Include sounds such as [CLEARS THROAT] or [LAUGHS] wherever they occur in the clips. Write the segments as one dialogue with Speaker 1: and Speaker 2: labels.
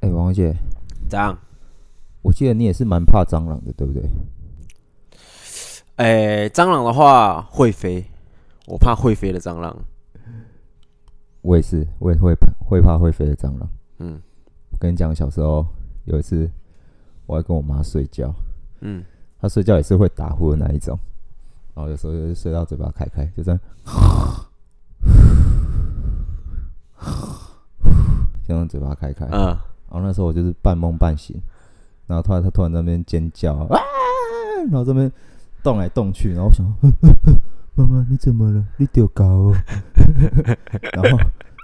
Speaker 1: 红哎姐，
Speaker 2: 怎样？
Speaker 1: 我记得你也是蛮怕蟑螂的，对不对？
Speaker 2: 哎，蟑螂的话会飞，我怕会飞的蟑螂。
Speaker 1: 我也是，我也会怕会怕会飞的蟑螂。
Speaker 2: 嗯
Speaker 1: 我跟你讲，小时候有一次，我还跟我妈睡觉，
Speaker 2: 嗯，
Speaker 1: 她睡觉也是会打呼的那一种，然后有时候就是睡到嘴巴开开，就这样，这样嘴巴开开，
Speaker 2: 嗯，
Speaker 1: 然后那时候我就是半梦半醒，然后突然他突然在那边尖叫啊，然后这边动来动去，然后我想，呵呵呵妈妈你怎么了？你丢搞哦，然后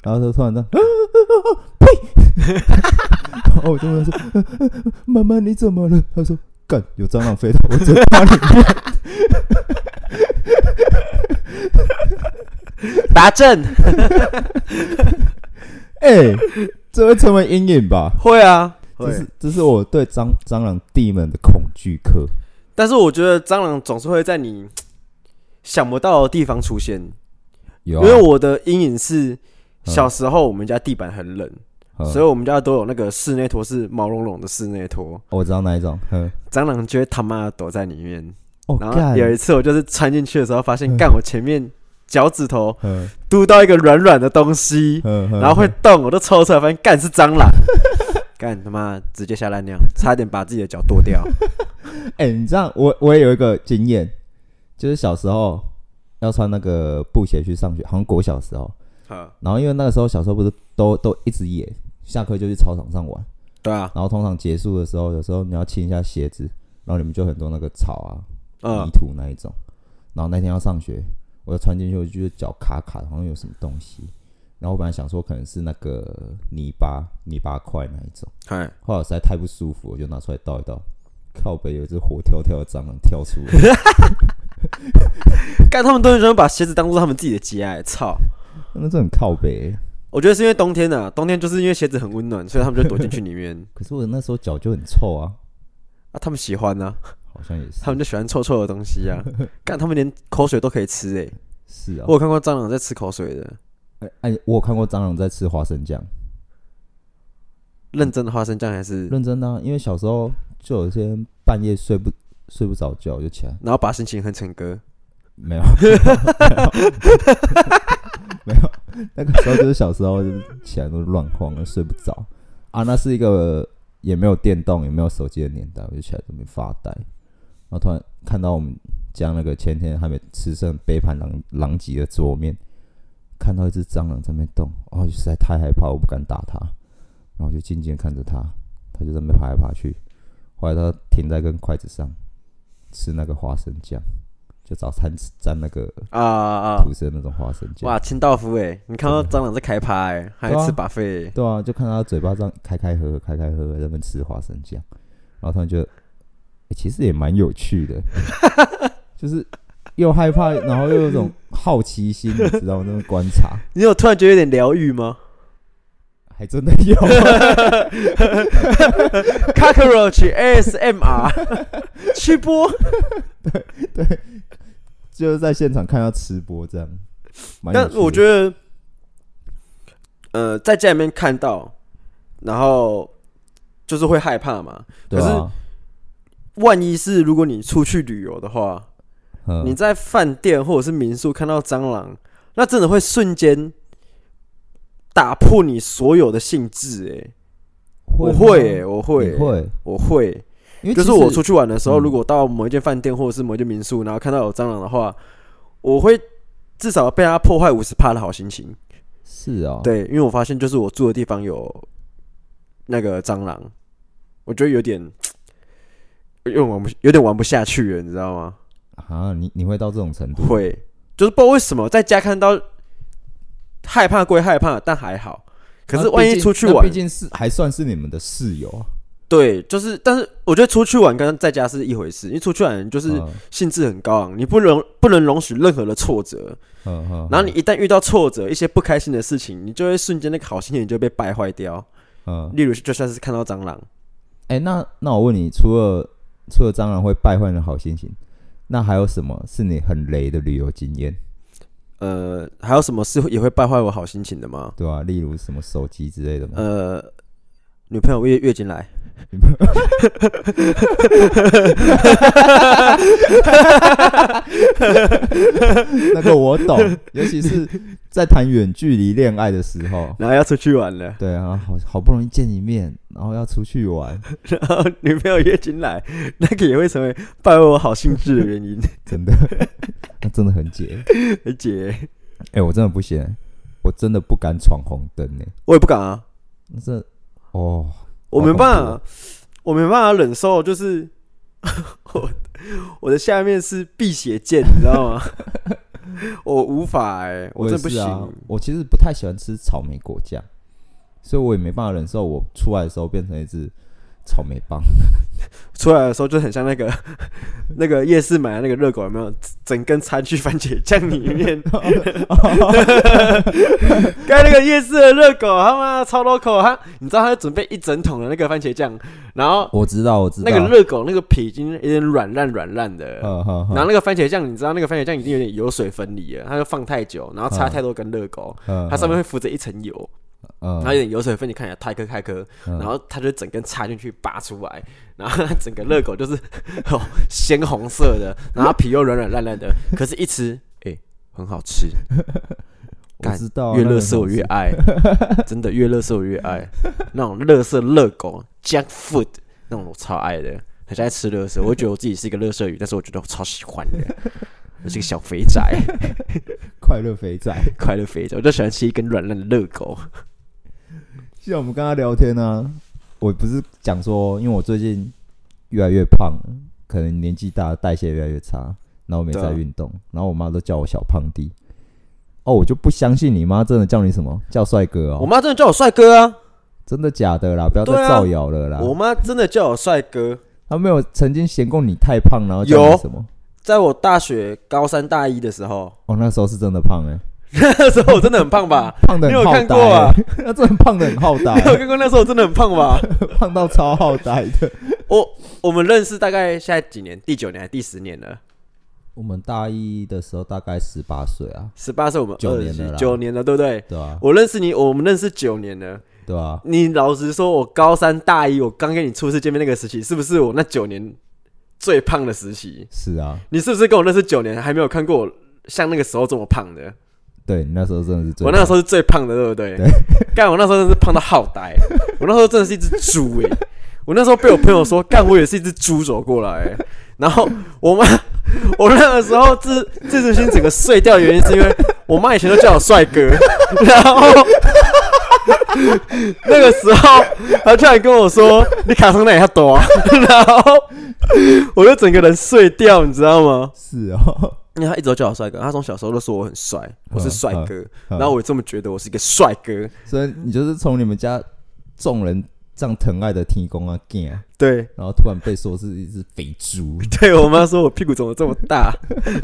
Speaker 1: 然后他突然这样，啊啊啊呸，然后我就问他说，妈妈你怎么了？他说，干有蟑螂飞到我嘴巴里面，
Speaker 2: 达正
Speaker 1: 哎、这会成为阴影吧？
Speaker 2: 会啊，
Speaker 1: 这
Speaker 2: 会。
Speaker 1: 是这是我对蟑蟑螂弟们的恐惧课。
Speaker 2: 但是我觉得蟑螂总是会在你想不到的地方出现，
Speaker 1: 有
Speaker 2: 因
Speaker 1: 啊、
Speaker 2: 为我的阴影是
Speaker 1: 嗯
Speaker 2: 小时候我们家地板很冷，
Speaker 1: 嗯
Speaker 2: 所以我们家都有那个室内拖是毛茸茸的室内拖，
Speaker 1: 我知道哪一种，哼，
Speaker 2: 蟑螂就会他妈的躲在里面。
Speaker 1: 哦，
Speaker 2: 然
Speaker 1: 干
Speaker 2: 后有一次我就是穿进去的时候，发现
Speaker 1: 嗯
Speaker 2: 干我前面脚趾头
Speaker 1: 嗯
Speaker 2: 嘟到一个软软的东西，
Speaker 1: 嗯嗯
Speaker 2: 然后会动，我都抽出来，发现干是蟑螂， [LAUGHS] 干他妈直接下烂尿，差点把自己的脚剁
Speaker 1: [LAUGHS]
Speaker 2: 掉。
Speaker 1: 哎、你知道我我也有一个经验，就是小时候要穿那个布鞋去上学，好像国小时候，
Speaker 2: 呵
Speaker 1: 然后因为那个时候小时候不是都都一直野，下课就去操场上玩，
Speaker 2: 对啊，
Speaker 1: 然后通常结束的时候，有时候你要清一下鞋子，然后里面就很多那个草啊、
Speaker 2: 嗯
Speaker 1: 泥，土那一种，然后那天要上学，我就穿进去，我就觉得脚卡卡的，好像有什么东西，然后我本来想说可能是那个泥巴泥巴块那一种。
Speaker 2: 嗨，
Speaker 1: 后来我实在太不舒服，我就拿出来倒一倒。靠北有一只活跳跳的蟑螂跳出来， [LAUGHS]
Speaker 2: 干他们都很喜欢把鞋子当做他们自己的家、欸，操！
Speaker 1: 那这很靠北欸、
Speaker 2: 我觉得是因为冬天啊，冬天就是因为鞋子很温暖，所以他们就躲进去里
Speaker 1: [LAUGHS]
Speaker 2: 面
Speaker 1: 可是我那时候脚就很臭啊，
Speaker 2: 啊，他们喜欢啊，
Speaker 1: 好像也是。
Speaker 2: 他们就喜欢臭臭的东西
Speaker 1: [LAUGHS]
Speaker 2: 啊，干他们连口水都可以吃诶、
Speaker 1: 是啊
Speaker 2: 我，有看过蟑螂在吃口水的，
Speaker 1: 哎哎，我有看过蟑螂在吃花生酱，
Speaker 2: 认真的花生酱还是，
Speaker 1: 认真的、啊，因为小时候就有一天半夜睡不睡不着觉，我就起来
Speaker 2: 然后把心情哼成歌，
Speaker 1: 没有， [LAUGHS] 没有，没有那个时候就是小时候就是起来都乱晃，睡不着啊。那是一个也没有电动也没有手机的年代，我就起来准备发呆，然后突然看到我们家那个前天还没吃剩杯盘狼狼藉的桌面，看到一只蟑螂在那边动，哦，实在太害怕，我不敢打它，然后我就静静地看着它，它就在那边爬来爬去，后来它停在跟筷子上吃那个花生酱。就早餐吃沾那个
Speaker 2: 啊啊！啊
Speaker 1: 吐司的那种花生酱。
Speaker 2: 哇，清道夫哎，你看到蟑螂在开趴哎，还
Speaker 1: 对啊
Speaker 2: 吃把费、
Speaker 1: 对啊，就看他嘴巴这样开开合合、开开合合在那边吃花生酱，然后突然觉得，欸其实也蛮有趣的，就是又害怕，然后又有一种好奇心，你知道吗？那种观察，
Speaker 2: 你有突然觉得有点疗
Speaker 1: [LAUGHS]
Speaker 2: 愈吗
Speaker 1: 还真的有。
Speaker 2: ？Cockroach ASMR [LAUGHS] 吃播，
Speaker 1: 就是在现场看他吃播这样，蛮有
Speaker 2: 但
Speaker 1: 趣的
Speaker 2: 我觉得，呃，在家里面看到，然后就是会害怕嘛。
Speaker 1: 对啊，
Speaker 2: 万一是如果你出去旅游的话，你
Speaker 1: 嗯，
Speaker 2: 在饭店或者是民宿看到蟑螂，那真的会瞬间打破你所有的兴致哎、我
Speaker 1: 吗
Speaker 2: 会、欸，我会、
Speaker 1: 你会，
Speaker 2: 我会。
Speaker 1: 因为
Speaker 2: 就
Speaker 1: 其
Speaker 2: 是
Speaker 1: 实
Speaker 2: 我出去玩的时候，
Speaker 1: 嗯
Speaker 2: 如果到某一间饭店或者是某一间民宿，然后看到有蟑螂的话，我会至少被它破坏五十趴的好心情。
Speaker 1: 是哦，，
Speaker 2: 对，因为我发现就是我住的地方有那个蟑螂，我觉得有点有点玩不有点玩不下去了，你知道吗？
Speaker 1: 啊，你你会到这种程度，
Speaker 2: 会，就是不知道为什么在家看到害怕归害怕，但还好。可是
Speaker 1: 啊那毕
Speaker 2: 万一
Speaker 1: 竟
Speaker 2: 出去
Speaker 1: 那
Speaker 2: 玩
Speaker 1: 毕，竟是还算是你们的室友啊，
Speaker 2: 对，就是，但是我觉得出去玩跟在家是一回事，因为出去玩就是
Speaker 1: 嗯
Speaker 2: 兴致很高昂，你不容不能容许任何的挫折。
Speaker 1: 嗯嗯，
Speaker 2: 然后你一旦遇到挫折，一些不开心的事情，你就会瞬间那个好心情就被败坏掉。
Speaker 1: 嗯，
Speaker 2: 例如，就算是看到蟑螂，
Speaker 1: 哎、那那我问你，除了除了蟑螂会败坏你的好心情，那还有什么是你很雷的旅游经验，
Speaker 2: 呃，还有什么事会也会败坏我好心情的吗？
Speaker 1: 对吧、例如什么手机之类的吗？
Speaker 2: 呃，女朋友月月经来，
Speaker 1: 那个我懂，尤其是在谈远距离恋爱的时候，
Speaker 2: 然后要出去玩了， [LAUGHS]
Speaker 1: 对啊，好好不容易见一面，然后要出去玩，
Speaker 2: 然后女朋友月经来，那个也会成为败坏我好兴致的原因。 [LAUGHS]
Speaker 1: 真的， [LAUGHS] 那真的很解。
Speaker 2: 姐，
Speaker 1: 哎、我真的不行，我真的不敢闯红灯呢、
Speaker 2: 我也不敢啊，
Speaker 1: 那这哦，
Speaker 2: 我没
Speaker 1: 好恐
Speaker 2: 办
Speaker 1: 怖
Speaker 2: 法，我没办法忍受，就是 [LAUGHS] 我我的下面是辟邪剑，你
Speaker 1: [LAUGHS]
Speaker 2: 知道吗？我无法哎、我
Speaker 1: 也
Speaker 2: 真的不
Speaker 1: 是
Speaker 2: 行。
Speaker 1: 啊。我其实不太喜欢吃草莓果酱，所以我也没办法忍受我出来的时候变成一只草莓棒。
Speaker 2: 出来的时候就很像那个 [LAUGHS] 那个夜市买的那个热狗，有没有？整根掺去番茄酱里
Speaker 1: [LAUGHS]
Speaker 2: 面。该那个夜市的热狗，他妈超 local，他你知道他准备一整桶的那个番茄酱，然后
Speaker 1: 我知道，我知道，
Speaker 2: 那个热狗那个皮已经有点软烂软烂的，
Speaker 1: 呵呵
Speaker 2: 然后
Speaker 1: 呵，
Speaker 2: 那个番茄酱，你知道那个番茄酱已经有点油水分离了，它就放太久，然后擦太多根热狗，
Speaker 1: 嗯
Speaker 2: 它上面会浮着一层油，
Speaker 1: 嗯
Speaker 2: 然后有点油水分离，看起来开颗开颗，
Speaker 1: 嗯
Speaker 2: 然后它就整根插进去拔出来，然后它整个热狗就是 [LAUGHS] 哦鲜红色的，然后皮又软软烂烂的，可是一吃，哎、很好吃，
Speaker 1: 我
Speaker 2: 干
Speaker 1: 知道啊，
Speaker 2: 越
Speaker 1: 那个
Speaker 2: 乐色我
Speaker 1: 很
Speaker 2: 越爱，真的越乐色我越爱，那种乐色热狗 junk food 那种我超爱的，很爱吃乐色，我觉得我自己是一个乐色鱼，但是我觉得我超喜欢的，我是个小肥宅，
Speaker 1: 快乐肥仔。
Speaker 2: 快乐肥宅，我就喜欢吃一根软烂的热狗，
Speaker 1: 像我们跟他聊天呢、我不是讲说，因为我最近越来越胖了，可能年纪大，代谢越来越差，然后没
Speaker 2: 对啊
Speaker 1: 在运动，然后我妈都叫我小胖弟。哦，我就不相信你妈真的叫你什么叫帅哥
Speaker 2: 我
Speaker 1: 哦，
Speaker 2: 妈真的叫我帅哥啊，
Speaker 1: 真的假的啦？不要
Speaker 2: 对
Speaker 1: 再
Speaker 2: 啊
Speaker 1: 造谣了啦！
Speaker 2: 我妈真的叫我帅哥。
Speaker 1: 她没有曾经嫌过你太胖，然后叫你
Speaker 2: 有
Speaker 1: 什么？
Speaker 2: 在我大学高三大一的时候， [LAUGHS]
Speaker 1: 哦，那时候是真的胖哎、
Speaker 2: 那时候我真的很胖吧？
Speaker 1: 胖的
Speaker 2: 你
Speaker 1: 很
Speaker 2: 有
Speaker 1: 好
Speaker 2: 看
Speaker 1: 呆、
Speaker 2: 过啊
Speaker 1: 欸， [LAUGHS] 那真的 [LAUGHS] 胖的很好呆欸
Speaker 2: 你，有看过那时候我真的很胖吧？
Speaker 1: 胖到超好呆的。
Speaker 2: 我我们认识大概现在几年？第九年还是第十年了？
Speaker 1: 我们大一的时候大概十八岁啊，
Speaker 2: 十八岁我们
Speaker 1: 九年了啦
Speaker 2: 九年了，对不对？
Speaker 1: 对啊，
Speaker 2: 我认识你，我们认识九年了。
Speaker 1: 对啊，
Speaker 2: 你老实说，我高三大一，我刚跟你初次见面那个时期，是不是我那九年最胖的时期？
Speaker 1: 是啊。
Speaker 2: 你是不是跟我认识九年还没有看过我像那个时候这么胖的？
Speaker 1: 对你那时候真的是最
Speaker 2: 我那时候是最胖的，对不对？干，我那时候真的是胖到好呆，
Speaker 1: [LAUGHS]
Speaker 2: 我那时候真的是一只猪哎、我那时候被我朋友说，干，我也是一只猪走过来、欸然后我妈， [LAUGHS] 我那个时候自自尊心整个碎掉的原因，是因为我妈以前都叫我帅
Speaker 1: [LAUGHS]
Speaker 2: 哥，然后那个时候她突然跟我说，你卡上那里要抖啊， [LAUGHS] 然后我就整个人碎掉，你知道吗？
Speaker 1: 是哦，
Speaker 2: [LAUGHS] 因为他一直都叫我帅哥，他从小时候都说我很帅，我是帅哥，
Speaker 1: 嗯
Speaker 2: 然后我也这么觉得我是一个帅哥，
Speaker 1: 所以你就是从你们家众人这样疼爱的天公啊 g 然
Speaker 2: 对，
Speaker 1: 后突然被说是一只肥猪，
Speaker 2: [LAUGHS] 对我妈说我屁股怎么这么大，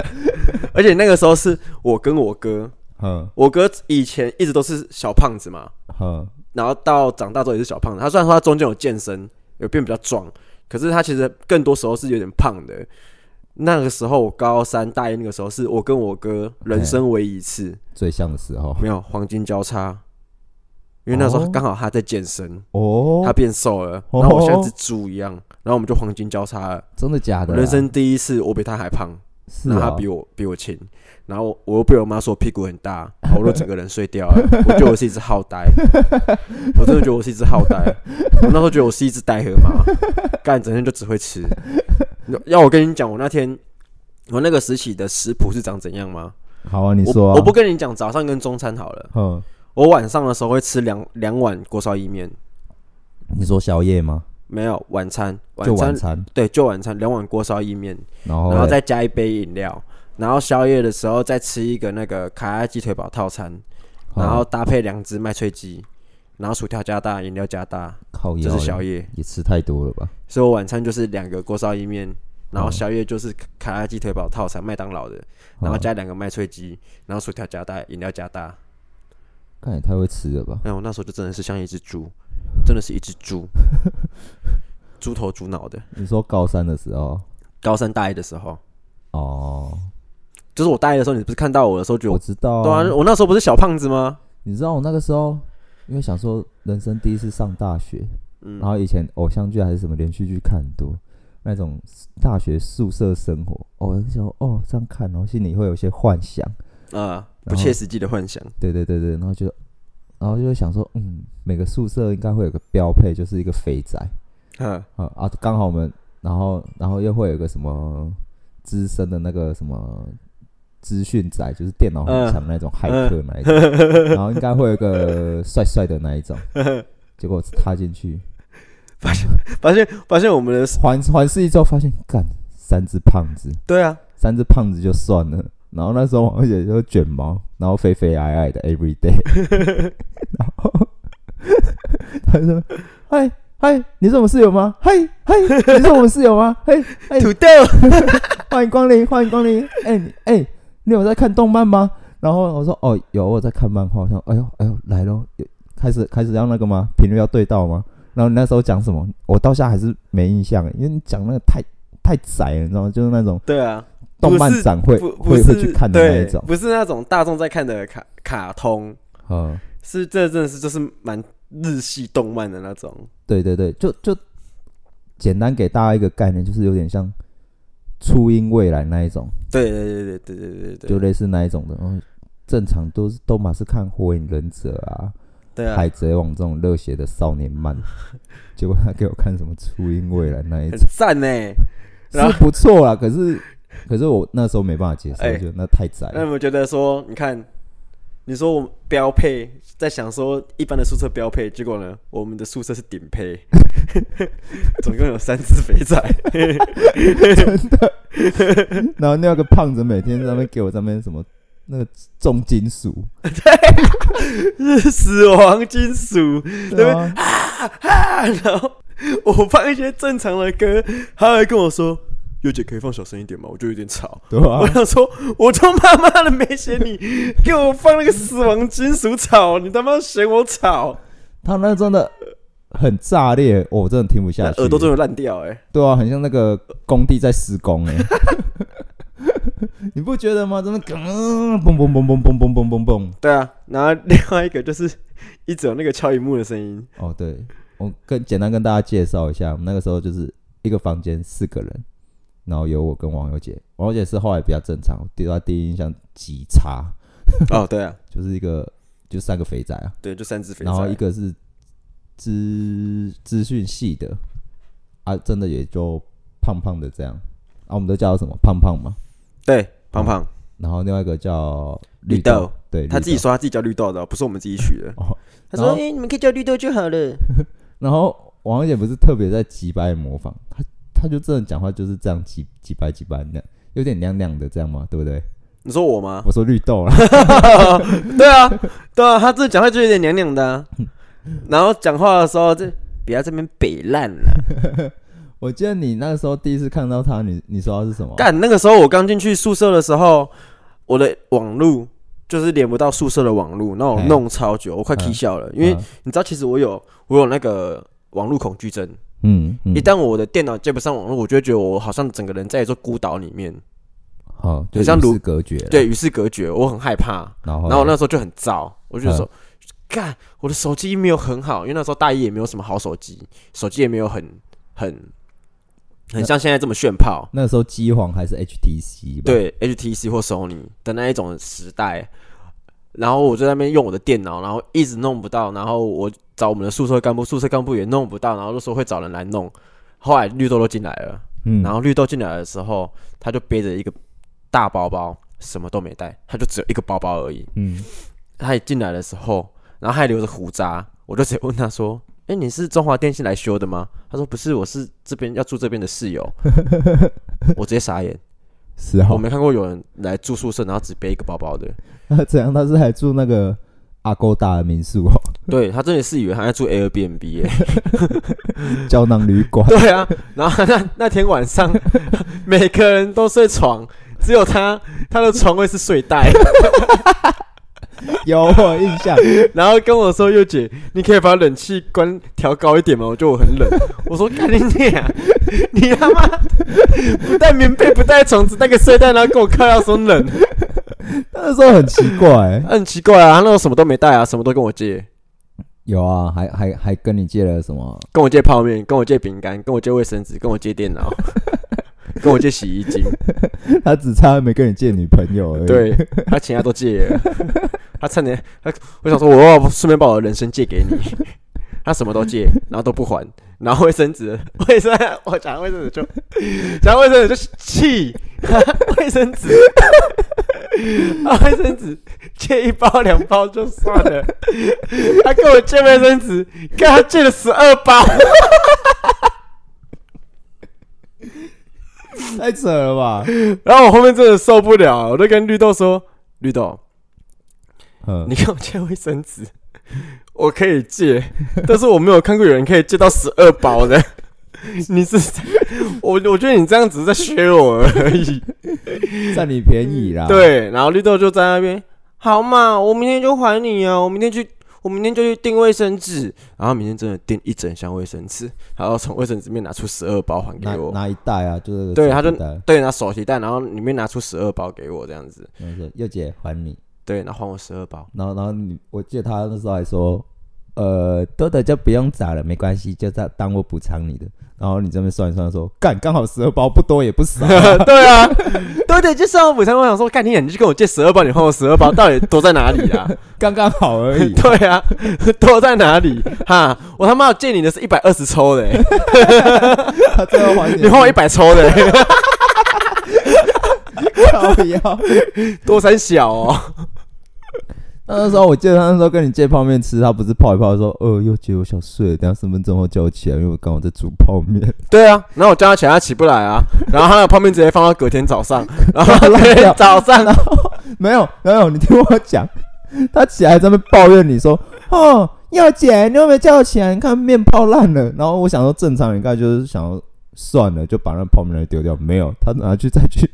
Speaker 1: [LAUGHS]
Speaker 2: 而且那个时候是我跟我哥，
Speaker 1: 哼
Speaker 2: 我哥以前一直都是小胖子嘛，
Speaker 1: 哼，
Speaker 2: 然后到长大之后也是小胖子，他虽然说他中间有健身，有变比较壮，可是他其实更多时候是有点胖的。那个时候我高三大一那个时候，是我跟我哥人生唯一一次
Speaker 1: 最像的时候
Speaker 2: 没有黄金交叉，因为那时候
Speaker 1: 哦
Speaker 2: 刚好他在健身。
Speaker 1: 哦
Speaker 2: 他，变瘦了，
Speaker 1: 哦
Speaker 2: 然后我像只猪一样，然后我们就黄金交叉了。
Speaker 1: 真的假
Speaker 2: 我
Speaker 1: 的啦？啊
Speaker 2: 人生第一次我比他还胖，
Speaker 1: 是
Speaker 2: 然后
Speaker 1: 啊，
Speaker 2: 他比我比我轻，然后我又被我妈说我屁股很
Speaker 1: [LAUGHS]
Speaker 2: 大，然后我就整个人碎掉了。我觉得我是一只好呆，我真的觉得我是一只好呆。我那时候觉得我是一只呆河马，干整天就只会
Speaker 1: [LAUGHS]
Speaker 2: 吃。要我跟你讲，我那天我那个时期的食谱是长怎样吗？
Speaker 1: 好啊，你
Speaker 2: 我
Speaker 1: 说啊，
Speaker 2: 我不跟你讲早上跟中餐好了，
Speaker 1: 哼，
Speaker 2: 我晚上的时候会吃两两碗锅烧意面，
Speaker 1: 你说宵夜吗？
Speaker 2: 没有晚餐，
Speaker 1: 就
Speaker 2: 晚餐
Speaker 1: 晚餐，
Speaker 2: 对，就晚餐两碗锅烧意面，
Speaker 1: 然后
Speaker 2: 然后
Speaker 1: 嘞
Speaker 2: 再加一杯饮料，然后宵夜的时候再吃一个那个卡亚鸡腿堡套餐，然后
Speaker 1: 哦
Speaker 2: 搭配两只麦脆鸡，然后薯条加大，饮料加大，
Speaker 1: 靠
Speaker 2: 这
Speaker 1: 腰
Speaker 2: 是
Speaker 1: 嘞
Speaker 2: 宵夜。
Speaker 1: 也吃太多了吧？
Speaker 2: 所以我晚餐就是两个锅烧意面，然后
Speaker 1: 哦
Speaker 2: 宵夜就是卡亚鸡腿堡套餐，麦当劳的，然
Speaker 1: 哦
Speaker 2: 后加两个麦脆鸡，然后薯条加大，饮料加大。
Speaker 1: 看也太会吃了吧？
Speaker 2: 哎，我那时候就真的是像一只猪，真的是一只猪，猪头猪脑的。
Speaker 1: 你说高三的时候
Speaker 2: 高三大一的时候，
Speaker 1: 哦，
Speaker 2: 就是我大一的时候，你不是看到我的时候觉得
Speaker 1: 我
Speaker 2: 我
Speaker 1: 知道
Speaker 2: 对啊，我那时候不是小胖子吗？
Speaker 1: 你知道我那个时候，因为想说人生第一次上大学，
Speaker 2: 嗯，
Speaker 1: 然后以前偶像剧还是什么连续剧看很多，那种大学宿舍生活，哦，那时候哦这样看，然后心里会有一些幻想，
Speaker 2: 啊，
Speaker 1: 然后
Speaker 2: 不切实际的幻想，
Speaker 1: 对对对对，然后就然后就会想说，嗯，每个宿舍应该会有个标配，就是一个肥宅，
Speaker 2: 嗯
Speaker 1: 啊啊，刚好我们，然后然后又会有个什么资深的那个什么资讯仔，就是电脑很强那种骇客那一种， [LAUGHS] 然后应该会有一个帅帅的那一种，结果踏进去
Speaker 2: 发现发现我
Speaker 1: [LAUGHS]
Speaker 2: 们的
Speaker 1: 环环视一周，发现干三只胖子，
Speaker 2: 对啊，
Speaker 1: 三只胖子就算了。然后那时候王姐就卷毛，然后肥肥矮矮的，every day。然后 [LAUGHS] 他就说：“嗨嗨，你是我们室友吗？嗨嗨，你是我们室友吗？嗨嗨，
Speaker 2: 哎土豆，
Speaker 1: 欢迎光临，欢迎光临。哎、你哎、你有在看动漫吗？然后我说哦，有，我在看漫画。我想，哎呦，哎呦，来咯，有开始开始要那个吗？频率要对到吗？然后你那时候讲什么？我到现在还是没印象，因为你讲那个太太窄了，你知道吗？就是那种
Speaker 2: 对啊，
Speaker 1: 动漫展会
Speaker 2: 不不
Speaker 1: 会
Speaker 2: 是
Speaker 1: 会去看的那一
Speaker 2: 对
Speaker 1: 种。
Speaker 2: 不是那种大众在看的卡卡通，
Speaker 1: 嗯，
Speaker 2: 是这真的是就是蛮日系动漫的那种，
Speaker 1: 对对对，就就简单给大家一个概念，就是有点像初音未来那一种，
Speaker 2: 对对对对对对对对，
Speaker 1: 就类似那一种的。然后正常都是都嘛是看火影忍者啊。
Speaker 2: 对啊，
Speaker 1: 海贼王这种热血的少年
Speaker 2: [LAUGHS]
Speaker 1: 漫，结果他给我看什么初音未来那一
Speaker 2: 很 [LAUGHS]
Speaker 1: 种，
Speaker 2: 赞呢。然后
Speaker 1: 是不错啦。可是，可是我那时候没办法接受，
Speaker 2: 哎
Speaker 1: 就那太窄了
Speaker 2: 那有。没有觉得说，你看，你说我们标配，在想说一般的宿舍标配，结果呢，我们的宿舍是顶配， [LAUGHS] 总共有三只肥仔， [LAUGHS]
Speaker 1: 然后那个胖子每天在那边给我在那边什么那个重金属，
Speaker 2: 死亡金属
Speaker 1: 对啊，
Speaker 2: 啊！然后我放一些正常的歌，他还跟我说。优姐可以放小声一点吗？我就有点吵。
Speaker 1: 对啊
Speaker 2: 我想说，我他妈妈的没嫌你，给我放那个死亡金属吵，你他妈嫌我吵，
Speaker 1: 他那真的很炸裂，我真的听不
Speaker 2: 那
Speaker 1: 下去。
Speaker 2: 耳朵真的烂掉哎、欸
Speaker 1: 对啊，很像那个工地在施工哎、 [LAUGHS] 你不觉得吗？真的，嗯嘣嘣嘣嘣嘣嘣嘣嘣嘣。
Speaker 2: 对啊，然后另外一个就是一直有那个敲荧幕的声音，
Speaker 1: 哦，对，我跟简单跟大家介绍一下，我们那个时候就是一个房间四个人，然后有我跟王友姐，王友姐是后来比较正常，对她第一印象极差，
Speaker 2: 哦，对啊，
Speaker 1: 就是一个就三个肥仔啊，
Speaker 2: 对，就三只肥仔，
Speaker 1: 然后一个是资资讯系的，啊，真的也就胖胖的这样，啊，我们都叫她什么胖胖嘛，
Speaker 2: 对胖胖，
Speaker 1: 然后另外一个叫
Speaker 2: 绿
Speaker 1: 豆
Speaker 2: 豆，
Speaker 1: 对，
Speaker 2: 他
Speaker 1: 绿
Speaker 2: 自己
Speaker 1: 豆
Speaker 2: 说他自己叫绿豆的，哦不是我们自己取的。
Speaker 1: 哦，
Speaker 2: 他
Speaker 1: 然
Speaker 2: 说：“
Speaker 1: 后
Speaker 2: 哎、你们可以叫绿豆就好了。
Speaker 1: 然后王姐不是特别在几百模仿，她她就真的讲话就是这样几几百几百那样，有点娘娘的这样嘛，对不对？”
Speaker 2: 你说我吗？
Speaker 1: 我说绿豆啊
Speaker 2: [LAUGHS]
Speaker 1: 啦，
Speaker 2: 对啊，对啊，他这讲话就有点娘娘的啊、然后讲话的时候就不要这边北烂了。
Speaker 1: 我记得你那个时候第一次看到她，你你说她是什么？
Speaker 2: [LAUGHS] 干，那个时候我刚进去宿舍的时候，我的网路就是连不到宿舍的网路，那我
Speaker 1: 嘿
Speaker 2: 弄超久，我快
Speaker 1: 嗯
Speaker 2: 气笑了，因为
Speaker 1: 啊
Speaker 2: 你知道，其实我有我有那个网络恐惧症，
Speaker 1: 嗯嗯
Speaker 2: 一，旦我的电脑接不上网络，我就会觉得我好像整个人在一座孤岛里面，
Speaker 1: 好，就
Speaker 2: 很像
Speaker 1: 与世
Speaker 2: 如
Speaker 1: 隔绝了，
Speaker 2: 对与世隔绝，我很害怕。
Speaker 1: 然后
Speaker 2: 然后我那时候就很燥，我就说，干，我的手机没有很好，因为那时候大一也没有什么好手机，手机也没有很很很像现在这么炫炮。
Speaker 1: 那时候机皇还是 HTC 吧，，
Speaker 2: 对 HTC 或 Sony 的那一种时代。然后我就在那边用我的电脑，然后一直弄不到，然后我找我们的宿舍干部，宿舍干部也弄不到，然后就说会找人来弄。后来绿豆都进来了，
Speaker 1: 嗯，
Speaker 2: 然后绿豆进来的时候，他就背着一个大包包，什么都没带，他就只有一个包包而已。
Speaker 1: 嗯，
Speaker 2: 他一进来的时候，然后他还留着胡渣，我就直接问他说：“哎、你是中华电信来修的吗？”他说：“不是，我是这边要住这边的室友。” [LAUGHS] 我直接傻眼。
Speaker 1: 是
Speaker 2: 我
Speaker 1: 哦， [LAUGHS]
Speaker 2: 没看过有人来住宿舍，然后只背一个包包的。
Speaker 1: 那怎样？她是还住那个阿勾达的民宿哦， [LAUGHS]
Speaker 2: 对他真的是以为他在住 Airbnb 耶、 [LAUGHS]
Speaker 1: 胶囊旅馆，
Speaker 2: 对啊，然后那那天晚上 [LAUGHS] 每个人都睡床，只有他他的床位是睡袋，
Speaker 1: 有我有印象，
Speaker 2: [LAUGHS] 然后跟我说：“佑姐，你可以把冷气关调高一点吗？”我觉得我很冷。我说：“干你娘！ [LAUGHS] 你他妈 [LAUGHS] 不带棉被，不带床，只带个睡袋，然后跟我靠要说冷， [LAUGHS] 嗯
Speaker 1: 那时候很奇怪，
Speaker 2: 很奇怪啊。”他那时候什么都没带啊，什么都跟我借。
Speaker 1: 有啊，还还还跟你借了什么？
Speaker 2: 跟我借泡面，跟我借饼干，跟我借卫生纸，跟我借电脑， [LAUGHS] 跟我借洗衣精，
Speaker 1: 他只差没跟你借女朋友而已。，
Speaker 2: 对
Speaker 1: [LAUGHS]
Speaker 2: 他钱他都借了，他差点他我想说我要顺便把我的人生借给你， [LAUGHS] 他什么都借，然后都不还，然后卫生纸卫生我讲卫生纸就讲卫生纸就是气， [LAUGHS] 卫生纸啊卫生纸借一包两包就算了，他跟我借卫生纸，跟他借了十二包。
Speaker 1: 太扯了吧？
Speaker 2: 然后我后面真的受不了，我就跟绿豆说：“绿豆，
Speaker 1: 嗯，
Speaker 2: 你给我借卫生纸， [LAUGHS] 我可以借，但是我没有看过有人可以借到十二包的。你是在我，我觉得你这样只是在削我而已。
Speaker 1: 嗯占你便宜啦。，
Speaker 2: 对，然后绿豆就在那边，好嘛，我明天就还你啊，我明天去，我明天就去订卫生纸。然后明天真的订一整箱卫生纸，然后从卫生纸里面拿出十二包还
Speaker 1: 拿
Speaker 2: 给我。
Speaker 1: 拿一袋啊，就这个
Speaker 2: 对
Speaker 1: 手
Speaker 2: 他就
Speaker 1: 提袋
Speaker 2: 对，拿手提袋，然后里面拿出十二包给我这样子。
Speaker 1: 然后说嗯又姐还你，
Speaker 2: 对，然后还我十二包。
Speaker 1: 然后然后你，我记得他那时候还说，呃，多的就不用找了，没关系，就当当我补偿你的。然后你这边算一算说，干刚好十二包，不多也不少。
Speaker 2: [LAUGHS] 对啊，对对，就上午才我想说，干你眼，你就跟我借十二包，你还我十二包，到底多在哪里 [LAUGHS] 啦？
Speaker 1: 刚刚好而
Speaker 2: [LAUGHS]
Speaker 1: 已。
Speaker 2: 对啊，多在哪里？哈，我他妈借你的是一百二十抽的欸、 [LAUGHS]
Speaker 1: 他最后还你，
Speaker 2: 你还我一百抽的欸、
Speaker 1: 靠腰。
Speaker 2: [LAUGHS] 多三小哦。
Speaker 1: 那时候我记得他那时候跟你借泡面吃，他不是泡一泡说，呃，又觉得我想睡了，等下三分钟后叫我起来，因为我刚好在煮泡面，
Speaker 2: 对啊，然后我叫他起来，他起不来 [LAUGHS] 啊，然后他的泡面直接放到隔天早 [LAUGHS] 上，然后隔
Speaker 1: 烂掉
Speaker 2: 天早上啊
Speaker 1: 没有没有，你听我讲，他起来在那边抱怨你说，哦，要姐，你有没有叫我起来？你看面泡烂了。然后我想说，正常人应该就是想要算了，就把那泡面来丢掉，没有，他拿去再去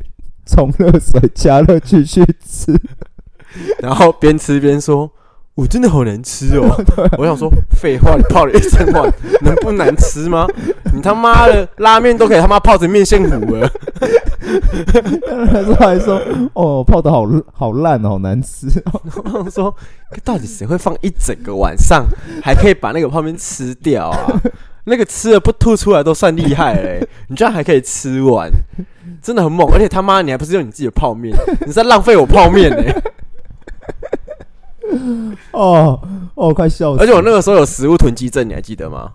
Speaker 1: 冲热水加热继续吃。 [LAUGHS]
Speaker 2: 然后边吃边说：“我真的好难吃 [LAUGHS] 哦。”我想说，废话，你泡了一整碗，能不难吃吗？你他妈的拉面都可以他妈泡成面线糊了。
Speaker 1: 他说还说，哦，泡的好好烂哦，好难吃哦。
Speaker 2: 我想说，到底谁会放一整个晚上，还可以把那个泡面吃掉
Speaker 1: [LAUGHS]
Speaker 2: 啊？那个吃了不吐出来都算厉害嘞、你居然还可以吃完，真的很猛！而且他妈你还不是用你自己的泡面，你是在浪费我泡面嘞、
Speaker 1: [LAUGHS] 哦哦，快笑死！
Speaker 2: 而且我那个时候有食物囤积症，你还记得吗？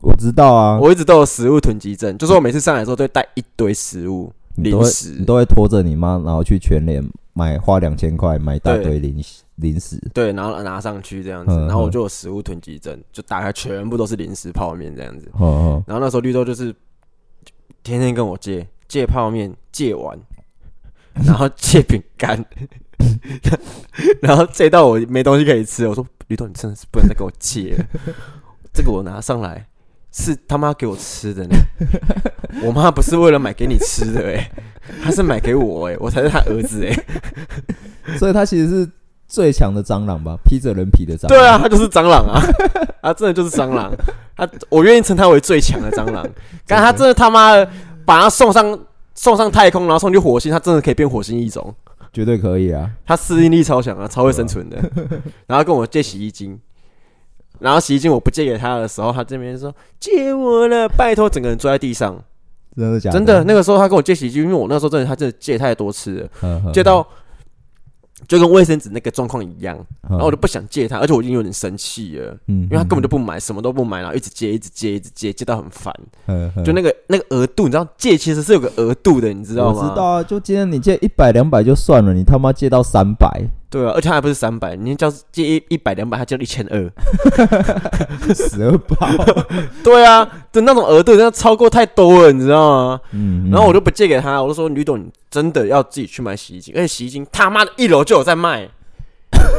Speaker 1: 我知道啊，
Speaker 2: 我一直都有食物囤积症，就是我每次上来的时候都会带一堆食物
Speaker 1: 你都
Speaker 2: 零
Speaker 1: 会
Speaker 2: 食
Speaker 1: 你。都会拖着你妈，然后去全联买花两千块买一大堆
Speaker 2: 对
Speaker 1: 零食零食。
Speaker 2: 对，然后拿上去这样子，
Speaker 1: 嗯
Speaker 2: 然后我
Speaker 1: 嗯
Speaker 2: 就有食物囤积症，就打开全部都是零食泡面这样子。
Speaker 1: 哦哦，
Speaker 2: 然后那时候绿豆就是天天跟我借借泡面、借碗， [LAUGHS] 然后借饼干， [LAUGHS] 然后借到我没东西可以吃。我说绿豆，你真的是不能再跟我借了， [LAUGHS] 这个我拿上来是他妈给我吃的呢， [LAUGHS] 我妈不是为了买给你吃的哎、她是买给我哎、我才是她儿子哎、 [LAUGHS]
Speaker 1: 所以他其实是最强的蟑螂吧，披着人皮的蟑螂。
Speaker 2: 对啊，，他就是蟑螂啊，他真的就是蟑螂，他我愿意称他为最强的蟑螂。但他真的他妈的把他送上送上太空，然后送去火星，他真的可以变火星异种，
Speaker 1: 绝对可以啊。
Speaker 2: 他适应力超强啊，超会生存的。
Speaker 1: [LAUGHS]
Speaker 2: 然后跟我借洗衣精，然后洗衣精我不借给他的时候，他这边说借我了，拜托，整个人坐在地上，
Speaker 1: 真的假
Speaker 2: 真的
Speaker 1: 的？
Speaker 2: 那个时候他跟我借洗衣精，因为我那时候真的他真的借太多次了，
Speaker 1: 嗯
Speaker 2: 借到。就跟卫生纸那个状况一样，
Speaker 1: 然
Speaker 2: 然后哦我就不想借他，而且我已经有点生气了。
Speaker 1: 嗯，因
Speaker 2: 因为他根本就不买，什么都不买，然后一直借，一直借，一直借，借到很烦。
Speaker 1: 就
Speaker 2: 就那个那个额度，你知道借其实是有个额度的，你知道
Speaker 1: 我
Speaker 2: 吗？
Speaker 1: 知道。啊，就今天你借一百两百就算了，你他妈借到三百，
Speaker 2: 对啊，而且他还不是三百，你叫借一一百两百，他借一千
Speaker 1: [LAUGHS]
Speaker 2: 二。
Speaker 1: 十二
Speaker 2: [LAUGHS]
Speaker 1: 包。
Speaker 2: 对啊，就那种额度，那超过太多了，你知道吗？
Speaker 1: 嗯，
Speaker 2: 然后我就不借给他，我就说吕董，你真的要自己去买洗衣精，而且洗衣精他妈的一楼就有在
Speaker 1: [LAUGHS]
Speaker 2: 卖，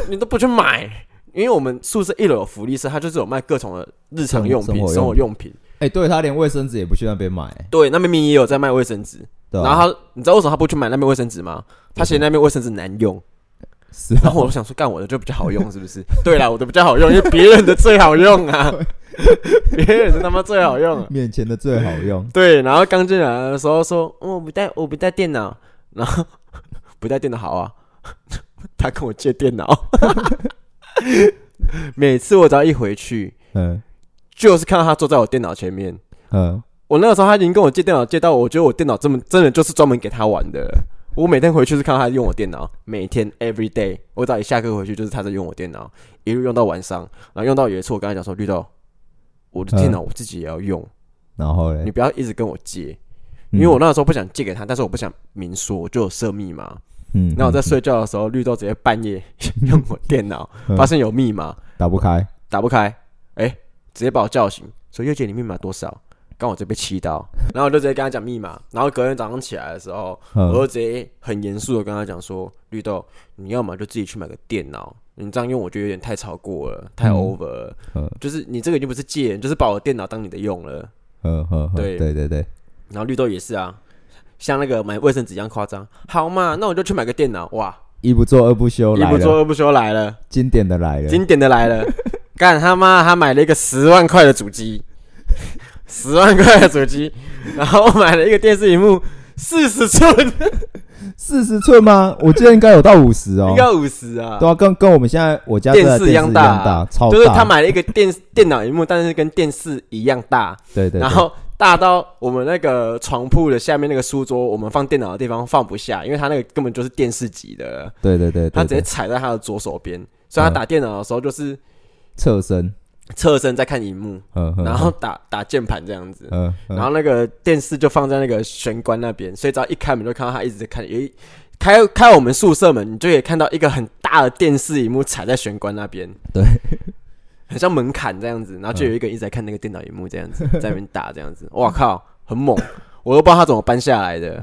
Speaker 2: 你都不去买。因为我们宿舍一楼有福利社，它就是有卖各种的日常用
Speaker 1: 生
Speaker 2: 品、
Speaker 1: 活
Speaker 2: 生活
Speaker 1: 用
Speaker 2: 用品。
Speaker 1: 哎，对他连卫生纸也不去那边买，
Speaker 2: 对，那明明也有在卖卫生纸，
Speaker 1: 对啊
Speaker 2: 然
Speaker 1: 吧？
Speaker 2: 后他，你知道为什么他不去买那边卫生纸吗？他嫌那边卫生纸难用。
Speaker 1: 是
Speaker 2: 然
Speaker 1: 啊，
Speaker 2: 后我想说，干我的就比较好用，是不是？对啦，我的比较好用，因为别人的最好用啊，别人的他妈最好用、啊。
Speaker 1: 面前的最好用。 [LAUGHS]
Speaker 2: 对，然后刚进来的时候说，嗯我不带，我不带电脑，然后 [LAUGHS] 不带电脑好啊，他跟我借电脑，每次我只要一回去，
Speaker 1: 嗯
Speaker 2: 就是看到他坐在我电脑前面。
Speaker 1: 嗯，
Speaker 2: 我那个时候他已经跟我借电脑，借到我觉得我电脑这么真的就是专门给他玩的了。我每天回去是看到他用我电脑，每天 every day，我只要一下课回去就是他在用我电脑，一路用到晚上，然后用到有一次我跟他讲说，绿豆，我的电脑我自己也要用，
Speaker 1: 然后
Speaker 2: 你
Speaker 1: 嘞，
Speaker 2: 不要一直跟我借，
Speaker 1: 嗯
Speaker 2: 因为我那个时候不想借给他，但是我不想明说，我就有设密码。
Speaker 1: 嗯，
Speaker 2: 那我在
Speaker 1: 嗯
Speaker 2: 睡觉的时候，绿豆直接半夜 [LAUGHS] 用我电脑，
Speaker 1: 嗯
Speaker 2: 发现有密码
Speaker 1: 打不开，
Speaker 2: 打不开，哎、直接把我叫醒，说月姐你密码多少？刚好就被气到，然后我就直接跟他讲密码，然后隔天早上起来的时候，我
Speaker 1: 嗯
Speaker 2: 就直接很严肃的跟他讲说，绿豆，你要么就自己去买个电脑，你这样用我觉得有点太超过了，太
Speaker 1: 嗯
Speaker 2: over 了，
Speaker 1: 嗯
Speaker 2: 就是你这个已经不是借，你就是把我电脑当你的用了。
Speaker 1: 嗯嗯，
Speaker 2: 对
Speaker 1: 对对对，
Speaker 2: 然后绿豆也是啊，像那个买卫生纸一样夸张，好嘛，那我就去买个电脑，哇，
Speaker 1: 一不做二不休
Speaker 2: 一
Speaker 1: 来
Speaker 2: 不做
Speaker 1: 了，
Speaker 2: 二不休来了。
Speaker 1: 经典的来了，
Speaker 2: 经典的来了， [LAUGHS] 干他妈！他买了一个十万块的主机， [LAUGHS] 十万块的主机，然后买了一个电视荧幕四十寸，
Speaker 1: 四十寸吗？我记得应该有到五十哦
Speaker 2: 应，该五十啊
Speaker 1: 对。啊，跟跟我们现在我家这
Speaker 2: 电
Speaker 1: 台
Speaker 2: 视
Speaker 1: 电
Speaker 2: 一
Speaker 1: 视
Speaker 2: 样
Speaker 1: 一
Speaker 2: 大啊
Speaker 1: 样大，超
Speaker 2: 就是
Speaker 1: 大
Speaker 2: 他买了一个电电脑荧幕，但是跟电视一样大，
Speaker 1: 对对，
Speaker 2: 然
Speaker 1: 对
Speaker 2: 后大到我们那个床铺的下面那个书桌，我们放电脑的地方放不下，因为他那个根本就是电视级的了，
Speaker 1: 对对对，对嗯
Speaker 2: 他直接
Speaker 1: 对
Speaker 2: 踩在他的左手边，所以他打电脑的时候就是
Speaker 1: 侧身，
Speaker 2: 侧身在看荧幕，
Speaker 1: 嗯，嗯
Speaker 2: 然后打打键盘这样子。
Speaker 1: 嗯，嗯
Speaker 2: 然后那个电视就放在那个玄关那边，所以只要一开门就看到他一直在看，诶，开开我们宿舍门，你就可以看到一个很大的电视荧幕踩在玄关那边，
Speaker 1: 对，嗯
Speaker 2: 很像门槛这样子，然后就有一个人一直在看那个电脑荧幕这样子，在那边打这样子，哇靠，很猛，我都不知道他怎么搬下来的，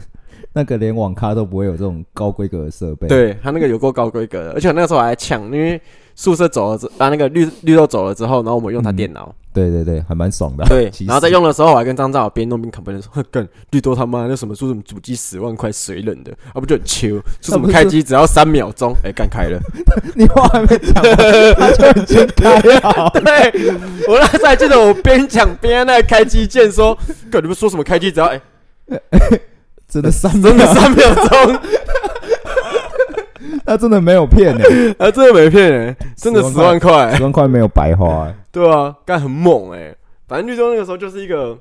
Speaker 1: 那个连网咖都不会有这种高规格的设备，，
Speaker 2: 对他那个有够高规格的，而且我那个时候还呛，因为宿舍走了之，把、那个绿绿豆走了之后，然后我们用他
Speaker 1: 嗯
Speaker 2: 电脑，
Speaker 1: 对对对，还蛮爽的。
Speaker 2: [LAUGHS]
Speaker 1: 啊
Speaker 2: 对
Speaker 1: 其，实
Speaker 2: 然后在用的时候，我还跟张兆边弄边 complain 说：“干绿豆他妈那什么说什么主机十万块水冷的，啊不就很 chill，说什么开机只要三秒钟，哎、干开 [LAUGHS] 了。。
Speaker 1: [LAUGHS] 你话还没讲完，他就已经开了
Speaker 2: 对，我那时候还记得我边讲边在那开机键说：“干你们说什么开机只要哎、
Speaker 1: 真的三
Speaker 2: [LAUGHS] 真
Speaker 1: 真
Speaker 2: 的三秒钟， [LAUGHS]
Speaker 1: 他真的没有骗你，
Speaker 2: 啊真的没骗人，真的十
Speaker 1: 10
Speaker 2: 万
Speaker 1: 万
Speaker 2: 块、
Speaker 1: 十万块没有白花、欸。
Speaker 2: 对啊，干很猛哎、反正绿豆那个时候就是一个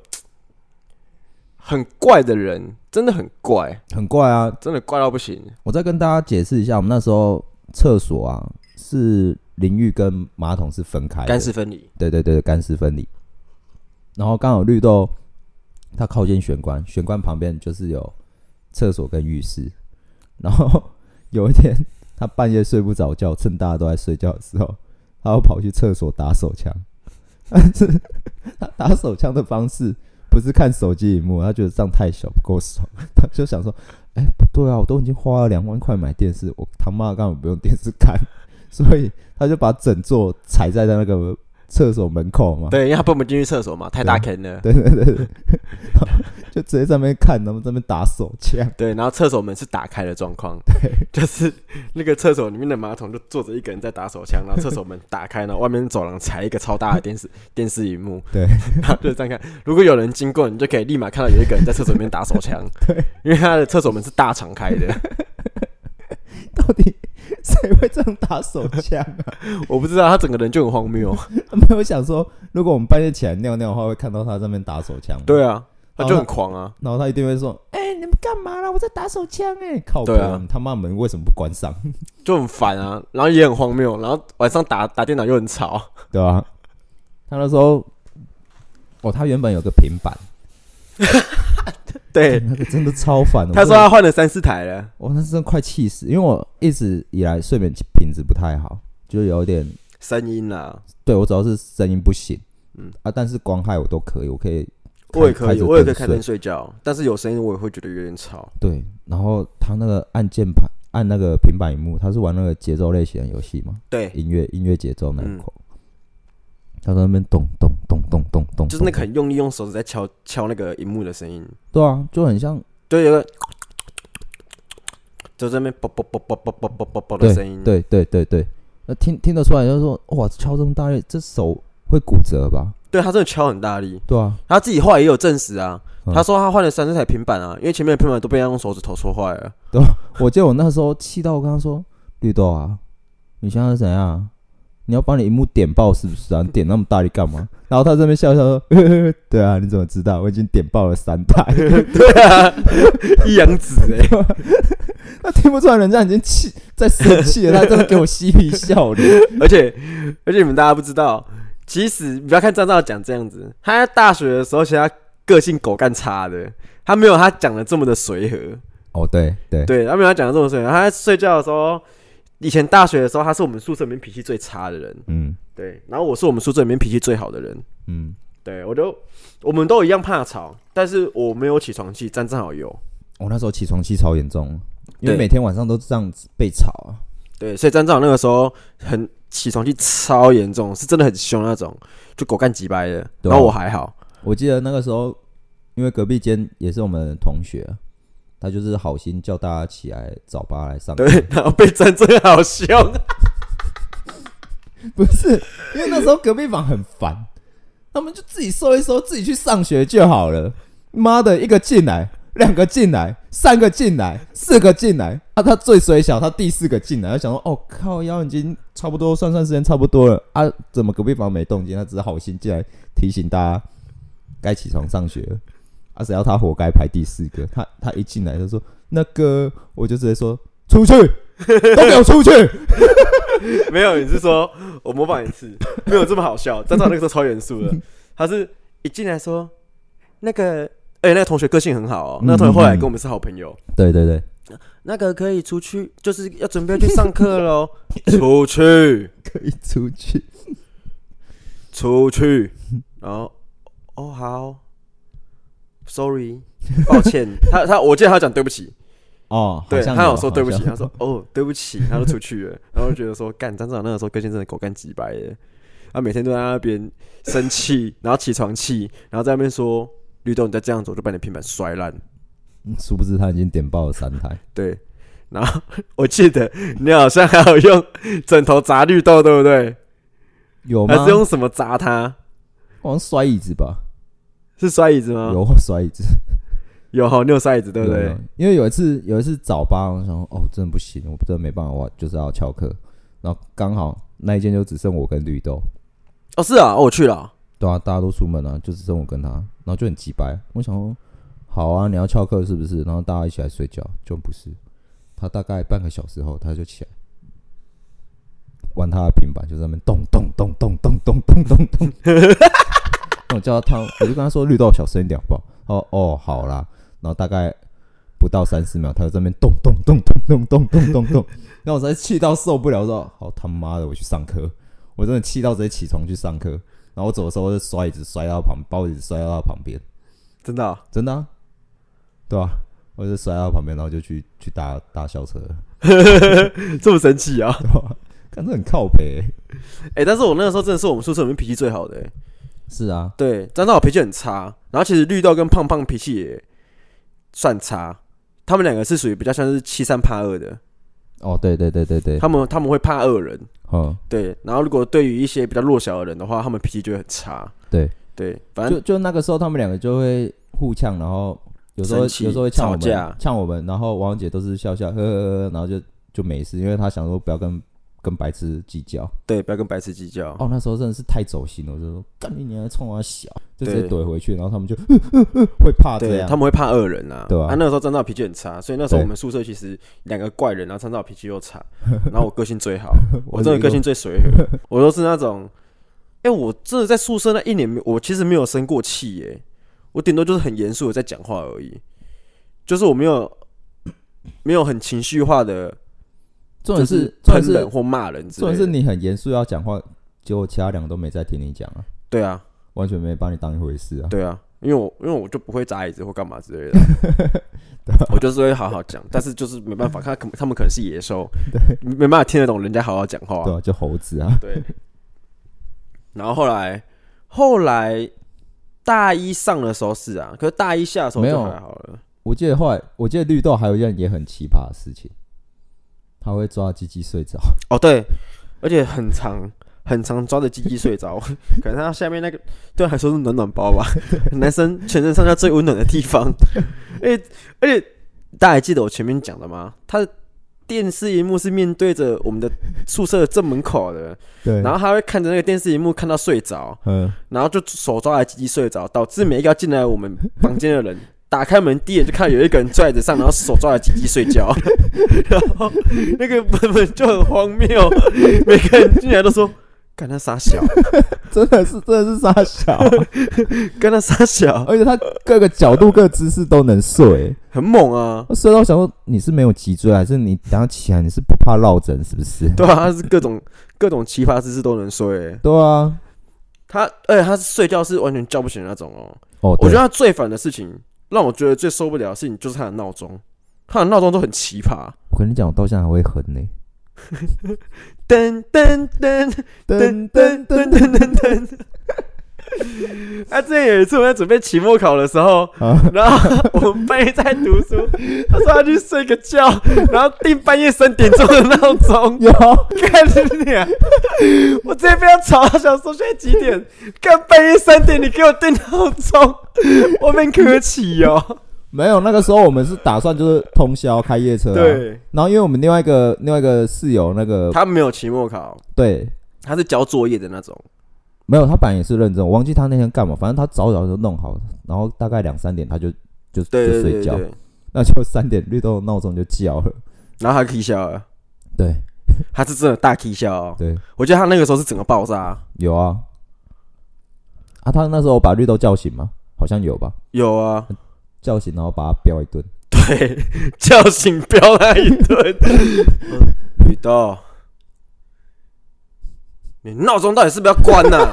Speaker 2: 很怪的人，真的很怪，
Speaker 1: 很怪啊！
Speaker 2: 真的怪到不行。
Speaker 1: 我再跟大家解释一下，我们那时候厕所啊是淋浴跟马桶是分开的，
Speaker 2: 干湿分离，
Speaker 1: 对对对，干湿分离。然后刚好绿豆它靠近玄关，玄关旁边就是有厕所跟浴室。然后有一天，他半夜睡不着觉，趁大家都在睡觉的时候，他要跑去厕所打手枪。 [LAUGHS] 但是他打手枪的方式不是看手机荧幕，他觉得这样太小不够爽，他就想说：“哎、不对啊，我都已经花了两万块买电视，我他妈根本不用电视看。” [LAUGHS] 所以他就把整座踩在那个厕所门口嘛，
Speaker 2: 对，因为他不能进去厕所嘛，太大
Speaker 1: 对
Speaker 2: 坑了。
Speaker 1: 对对对 [LAUGHS] 对，然后就直接在那边看，他们在那边打手枪，
Speaker 2: 对，然后厕所门是打开的状况， [LAUGHS] 就是那个厕所里面的马桶就坐着一个人在打手枪，然后厕所门打开，然后外面走廊踩一个超大的电视电视荧幕，
Speaker 1: 对，
Speaker 2: 然后就这样看。如果有人经过，你就可以立马看到有一个人在厕所里面打手枪，
Speaker 1: [LAUGHS] 对，
Speaker 2: 因为他的厕所门是大敞开
Speaker 1: [LAUGHS]
Speaker 2: 的，
Speaker 1: 到底谁会这样打手枪
Speaker 2: [LAUGHS]
Speaker 1: 啊？
Speaker 2: 我不知道他整个人就很荒谬。
Speaker 1: 他们有想说，如果我们半夜起来尿尿的话，会看到他在那边打手枪吗？
Speaker 2: 对，啊，他就很狂啊，
Speaker 1: 然后他一定会说：“哎、你们干嘛啦？我在打手枪哎、靠北！
Speaker 2: 对啊
Speaker 1: 你他妈门为什么不关上？ [LAUGHS]
Speaker 2: 就很烦啊，然后也很荒谬，然后晚上打打电脑又很吵，
Speaker 1: [LAUGHS] 对吧、他那时候，哦，他原本有个平板，
Speaker 2: 对，
Speaker 1: 那个真的超烦的。
Speaker 2: 他
Speaker 1: 我
Speaker 2: 说他换了三四台了，
Speaker 1: 我那真的快气死，因为我一直以来睡眠品质不太好，就有点
Speaker 2: 声音啊啦，
Speaker 1: 对我主要是声音不行，
Speaker 2: 嗯
Speaker 1: 嗯啊，但是光害我都可以，我可以开，
Speaker 2: 我也可
Speaker 1: 开
Speaker 2: 以，
Speaker 1: 着
Speaker 2: 我也可以
Speaker 1: 灯
Speaker 2: 开
Speaker 1: 睡
Speaker 2: 灯睡觉，但是有声音我也会觉得有点吵。
Speaker 1: 对，然后他那个按键盘按那个平板荧幕，他是玩那个节奏类型的游戏嘛，
Speaker 2: 对，
Speaker 1: 音乐音乐节奏那
Speaker 2: 嗯
Speaker 1: 一口，他在那边咚咚咚咚咚咚，
Speaker 2: 就是那
Speaker 1: 咚
Speaker 2: 个很用力用手指在敲敲那个荧幕的声音，
Speaker 1: 对啊，就很像
Speaker 2: 就有个就在那边啵啵啵啵啵啵啵啵啵的声音。，
Speaker 1: 对对对对，那听听得出来，就是说哇，敲这么大力，这手会骨折吧？
Speaker 2: 对他真的敲很大力，
Speaker 1: 对啊，
Speaker 2: 他自己后来也有证实啊，
Speaker 1: 嗯
Speaker 2: 他说他换了三四台平板啊，因为前面的平板都被他用手指头戳坏了。
Speaker 1: [LAUGHS]
Speaker 2: [LAUGHS]
Speaker 1: 我记得我那时候气到我跟他说：“绿豆啊，你现在是怎样？你要把你荧幕点爆是不是啊？你点那么大力干嘛？然后他这边笑笑说 [LAUGHS] 呵呵呵：“对啊，你怎么知道？我已经点爆了三台，
Speaker 2: 对啊， [LAUGHS] 一阳指哎，
Speaker 1: [LAUGHS] 那听不出来人家已经气在生气了，他真的给我嬉皮笑脸。
Speaker 2: [LAUGHS] 而且而且你们大家不知道，其实你不要看张照讲这样子，他在大学的时候其实他个性狗干差的，他没有他讲的这么的随和，
Speaker 1: 哦，对对，
Speaker 2: 对，他没有他讲的这么随和。他在睡觉的时候，以前大学的时候，他是我们宿舍里面脾气最差的人，
Speaker 1: 嗯
Speaker 2: 对，然后我是我们宿舍里面脾气最好的人，
Speaker 1: 嗯，
Speaker 2: 对我就我们都一样怕吵，但是我没有起床气，但正好有，
Speaker 1: 我那时候起床气超严重，因为
Speaker 2: 对
Speaker 1: 每天晚上都这样子被吵啊。
Speaker 2: 对，所以张正好那个时候很起床气超严重，是真的很凶那种，就狗干几掰的。
Speaker 1: 对啊
Speaker 2: 然后我还好，
Speaker 1: 我记得那个时候，因为隔壁间也是我们的同学，他就是好心叫大家起来早八来上课。
Speaker 2: [LAUGHS] 对，然后被张正好凶，
Speaker 1: [LAUGHS] 不是，因为那时候隔壁房很烦，他们就自己收一收，自己去上学就好了。妈的，一个进来，两个进来，三个进来，四个进来，啊，他最水小，他第四个进来，他想说，哦靠，腰已经差不多，算算时间差不多了啊，怎么隔壁房没动静？他只是好心进来提醒大家该起床上学了。啊，谁要他活该排第四个？他他一进来就说那个，我就直接说出去，都给我出 [LAUGHS] 去！
Speaker 2: [LAUGHS] 没有，你是说我模仿一次，没有这么好笑。张正好那个时候超严肃 [LAUGHS] 的，他是一进来说那个，哎、那个同学个性很好哦，那个同学后来跟我们是好朋友。
Speaker 1: 对对对，
Speaker 2: 那个可以出去，就是要准备去上课喽。出去，
Speaker 1: 可以出去。
Speaker 2: 出去，然后哦好，sorry，抱歉，他他我记得他讲对不起，
Speaker 1: 哦，
Speaker 2: 对
Speaker 1: 好像
Speaker 2: 他有说对不起，
Speaker 1: 好像
Speaker 2: 他说哦对不起，他就出去了，然后就觉得说干张志长那个时候个性真的狗干几白耶，他每天都在那边生气，然后起床气，然后在那边说绿豆你再这样子我就把你的平板摔烂，
Speaker 1: 嗯殊不知他已经点爆了三台，
Speaker 2: 对。然后我记得你好像还有用枕头砸绿豆，对不对？
Speaker 1: 有
Speaker 2: 还
Speaker 1: 吗？
Speaker 2: 是用什么砸他？
Speaker 1: 好像摔椅子吧？
Speaker 2: 是摔椅子吗？
Speaker 1: 有摔椅子，
Speaker 2: 有哈，你有摔椅子嗯对不
Speaker 1: 有
Speaker 2: 对
Speaker 1: 有？因为有一次有一次早八，我想说哦，真的不行，我真的没办法，我就是要翘课。然后刚好那一间就只剩我跟绿豆，
Speaker 2: 哦，是啊，哦我去了啊。
Speaker 1: 对啊，大家都出门了、就只剩我跟他，然后就很急白。我想说，好啊，你要翘课是不是？然后大家一起来睡觉，就不是。他大概半个小时后，他就起来玩他的平板，就在那边咚咚咚咚咚咚咚咚咚。那我叫他，我就跟他说绿豆小声一点好不好？他说哦好啦，然后大概不到三十秒，他就在那边咚咚咚咚咚咚咚咚咚，然后我实在气到受不了，我说好他妈的，我去上课，我真的气到直接起床去上课。然后我走的时候就摔椅子摔到旁，把我椅子摔到他旁边，
Speaker 2: 真的啊、 [LAUGHS]
Speaker 1: 真的、啊，对啊，我就摔到他旁边，然后就去去搭搭校车了，
Speaker 2: 这么神奇
Speaker 1: [LAUGHS]
Speaker 2: 啊！
Speaker 1: 对吧、看这很靠北、
Speaker 2: 哎、但是我那个时候真的是我们宿舍里面脾气最好的、欸，
Speaker 1: 是啊，
Speaker 2: 对，张道好脾气很差，然后其实绿豆跟胖胖脾气也算差，他们两个是属于比较像是欺善怕恶的，
Speaker 1: 哦，对对对对对，
Speaker 2: 他们他们会怕恶人，
Speaker 1: 嗯，
Speaker 2: 对，然后如果对于一些比较弱小的人的话，他们脾气就会很差，
Speaker 1: 对
Speaker 2: 对，反正
Speaker 1: 就就那个时候他们两个就会互呛，然后有时候有
Speaker 2: 生气
Speaker 1: 时候会呛我
Speaker 2: 吵架
Speaker 1: 们，呛我们，然后王姐都是笑笑呵呵呵，然后就就没事，因为她想说不要跟跟白痴计较。
Speaker 2: 对，不要跟白痴计较，
Speaker 1: 哦，那时候真的是太走心了，我就说干你娘，冲我小，就直接
Speaker 2: 对
Speaker 1: 怼回去，然后他们就 [LAUGHS] 会怕啊这
Speaker 2: 对，
Speaker 1: 样
Speaker 2: 他。们会怕恶人啊，
Speaker 1: 对啊
Speaker 2: 那个时候张道脾气很差，所以那时候
Speaker 1: 对
Speaker 2: 我们宿舍其实两个怪人，然后张道脾气又差，然后我个性最好，我真
Speaker 1: 这
Speaker 2: 的个性最随和， [LAUGHS] 我都是那种，哎、我真的在宿舍那一年没，我其实没有生过气耶、我顶多就是很严肃的在讲话而已，就是我没有 [CLEARS THROAT] 没有很情绪化的，
Speaker 1: 重点
Speaker 2: 就
Speaker 1: 是重
Speaker 2: 喷
Speaker 1: 点是
Speaker 2: 人或骂人之
Speaker 1: 重
Speaker 2: 类
Speaker 1: 点
Speaker 2: 的。
Speaker 1: 是你很严肃要讲话，结果其他两个都没在听你讲啊，
Speaker 2: 对啊，
Speaker 1: 完全没把你当一回事啊。
Speaker 2: 对啊，因为我因为我就不会砸椅子或干嘛之
Speaker 1: [LAUGHS]
Speaker 2: 类的，
Speaker 1: 啊
Speaker 2: 我就是会好好讲，但是就是没办法，他可他们可能是
Speaker 1: [LAUGHS]
Speaker 2: 野兽，没办法听得懂人家好好讲话。
Speaker 1: 对啊，就猴子啊，
Speaker 2: 对。然后后来，后来大一上的时候是啊，可是大一下的时候
Speaker 1: 没有
Speaker 2: 就还好了。
Speaker 1: 我记得后来，我记得绿豆还有一件也很奇葩的事情，他会抓鸡鸡睡着。
Speaker 2: 哦，对，而且很长很长，抓着鸡鸡睡着， [LAUGHS] 可能他下面那个对他来说是暖暖包吧， [LAUGHS] 男生全身上下 [LAUGHS] 最温暖的地方。而且而且大家还记得我前面讲的吗？他电视荧幕是面对着我们的宿舍的正门口的，
Speaker 1: 对，
Speaker 2: [LAUGHS] 然后他会看着那个电视荧幕看到睡着，
Speaker 1: 嗯，
Speaker 2: 然后就手抓来鸡睡着，导致每一个要进来我们房间的人打开门第一眼就看到有一个人拽着上，然后手抓来鸡鸡睡觉，然后那个本本就很荒谬，每个人进来都说。干他傻小，
Speaker 1: 真的是真的是傻小， [LAUGHS]
Speaker 2: 干他傻小，
Speaker 1: 而且他各个角度、各个姿势都能睡，
Speaker 2: 很猛啊！
Speaker 1: 睡到我想说你是没有脊椎，还是你等下起来你是不怕落枕是不是？
Speaker 2: 对啊，他是各种各种奇葩姿势都能睡、欸。
Speaker 1: 对啊，
Speaker 2: 他，而且他是睡觉是完全叫不醒的那种哦、
Speaker 1: 哦，
Speaker 2: 我觉
Speaker 1: 对
Speaker 2: 得他最烦的事情，让我觉得最受不了的事情就是他的闹钟，他的闹钟都很奇葩，
Speaker 1: 我跟你讲，我到现在还会哼呢、
Speaker 2: 噔噔噔噔 [LAUGHS]
Speaker 1: 噔
Speaker 2: 噔
Speaker 1: 噔噔
Speaker 2: 噔噔噔噔。他之前有一次我在准备期末考的时候，
Speaker 1: 啊！
Speaker 2: 然后我们半夜在读
Speaker 1: [LAUGHS]
Speaker 2: 书，他说他去睡个觉，然后定半夜三点钟的闹钟，
Speaker 1: [LAUGHS] 有
Speaker 2: 干你娘！我直接被他吵到，想说现在几点？干半夜三点，你给我定闹钟，我被客气哦。
Speaker 1: 没有？那个时候我们是打算就是通宵开夜车、啊，。
Speaker 2: 对，
Speaker 1: 然后因为我们另外一个另外一个室友那个
Speaker 2: 他没有期末考，
Speaker 1: 对，
Speaker 2: 他是交作业的那种。
Speaker 1: 没有他本来也是认真，我忘记他那天干嘛，反正他早早就弄好，然后大概两三点他就就
Speaker 2: 对对
Speaker 1: 就
Speaker 2: 对
Speaker 1: 睡觉
Speaker 2: 对，对
Speaker 1: 那就三点绿豆闹钟就叫了，
Speaker 2: 然后他 K 笑了，
Speaker 1: 对
Speaker 2: 他是真的大 K 笑哦。
Speaker 1: 对，
Speaker 2: 我觉得他那个时候是整个爆炸。
Speaker 1: 有啊，啊他那时候把绿豆叫醒吗？好像有吧，
Speaker 2: 有啊，
Speaker 1: 叫醒然后把他飙一顿，
Speaker 2: 对， [LAUGHS] 叫醒彪他一 [LAUGHS] 顿。吕豆，你闹钟到底是不是要关呐、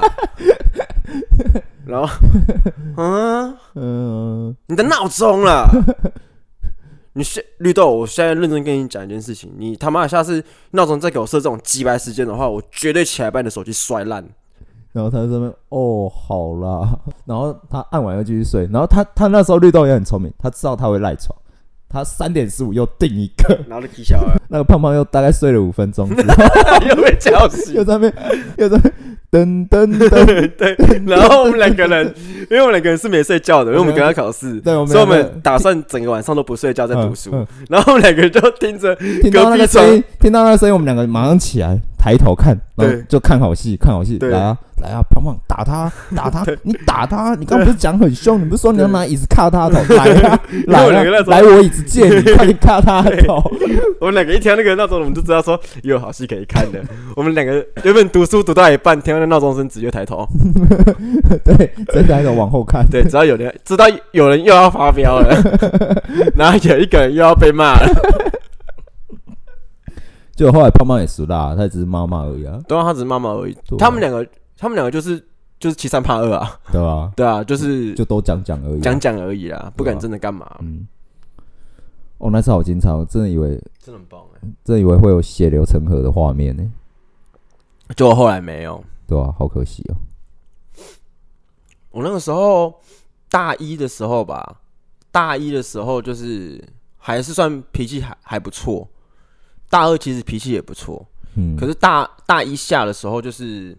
Speaker 2: [LAUGHS] 然后， [LAUGHS] 嗯，
Speaker 1: 嗯、
Speaker 2: 你的闹钟啦！你现绿豆，我现在认真跟你讲一件事情，你他妈下次闹钟再给我设这种鸡掰时间的话，我绝对起来把你的手机摔烂。
Speaker 1: 然后他就在那边哦好啦， [LAUGHS] 然后他按完又继续睡，然后他他那时候绿豆也很聪明，他知道他会赖床，他三点十五又定一个， [LAUGHS]
Speaker 2: 然后就踢小了，
Speaker 1: 那个胖胖又大概睡了五分钟之后。
Speaker 2: [LAUGHS]
Speaker 1: [LAUGHS]
Speaker 2: 又被叫醒。
Speaker 1: 又在那边，又在那边噔噔噔，
Speaker 2: 对，然后我们两个人，因为我们两个人是没睡觉的，因为我们刚刚考试，
Speaker 1: 对我们
Speaker 2: 所以我
Speaker 1: 两
Speaker 2: 们
Speaker 1: 个
Speaker 2: 打算整个晚上都不睡觉 [LAUGHS] 在读
Speaker 1: 嗯
Speaker 2: 书。然后我们两个人就盯着，
Speaker 1: 听到那
Speaker 2: 隔壁
Speaker 1: 个
Speaker 2: 床
Speaker 1: 声音，听到那个声音，我们两个马上起来，抬头看，然后
Speaker 2: 对
Speaker 1: 就看好戏，看好戏，
Speaker 2: 对
Speaker 1: 来啊，来啊，胖胖打
Speaker 2: [LAUGHS]
Speaker 1: 他，打他，你打他，你刚不是讲很凶，你不是说你要拿椅子卡他的
Speaker 2: [LAUGHS]
Speaker 1: 头，来啊，
Speaker 2: 为我
Speaker 1: 来
Speaker 2: 两个那
Speaker 1: 啊
Speaker 2: 时，候
Speaker 1: 来我椅子
Speaker 2: [LAUGHS]
Speaker 1: 借你，快点卡他的头，
Speaker 2: 我们两个一听到那个闹钟，我们就知道说有好戏可以看的。我们两个原本读书读到一半，听到那闹钟声，直接抬头。
Speaker 1: 对，
Speaker 2: [LAUGHS]
Speaker 1: 真的还往后看，
Speaker 2: 对，只要有人知道有人又要发飙了，然后有一个人又要被骂了，
Speaker 1: 就后来胖胖也熟啦，他只是妈妈而已啊，
Speaker 2: 都让他只是骂骂而已。
Speaker 1: 对啊
Speaker 2: 他们两个，他们两个就是就是欺三怕二啊，
Speaker 1: 对吧？
Speaker 2: 对啊，就是
Speaker 1: 就都讲讲而已啊，
Speaker 2: 讲讲而已啦，不敢
Speaker 1: 对啊
Speaker 2: 真的干嘛，
Speaker 1: 嗯，哦，那次好精彩，我真的欸以为，
Speaker 2: 真的很棒哎。
Speaker 1: 真的以为会有血流成河的画面呢，
Speaker 2: 就后来没有，
Speaker 1: 对吧？好可惜哦。
Speaker 2: 我那个时候大一的时候吧，大一的时候就是还是算脾气还还不错，大二其实脾气也不错，
Speaker 1: 嗯，
Speaker 2: 可是大大一下的时候就是，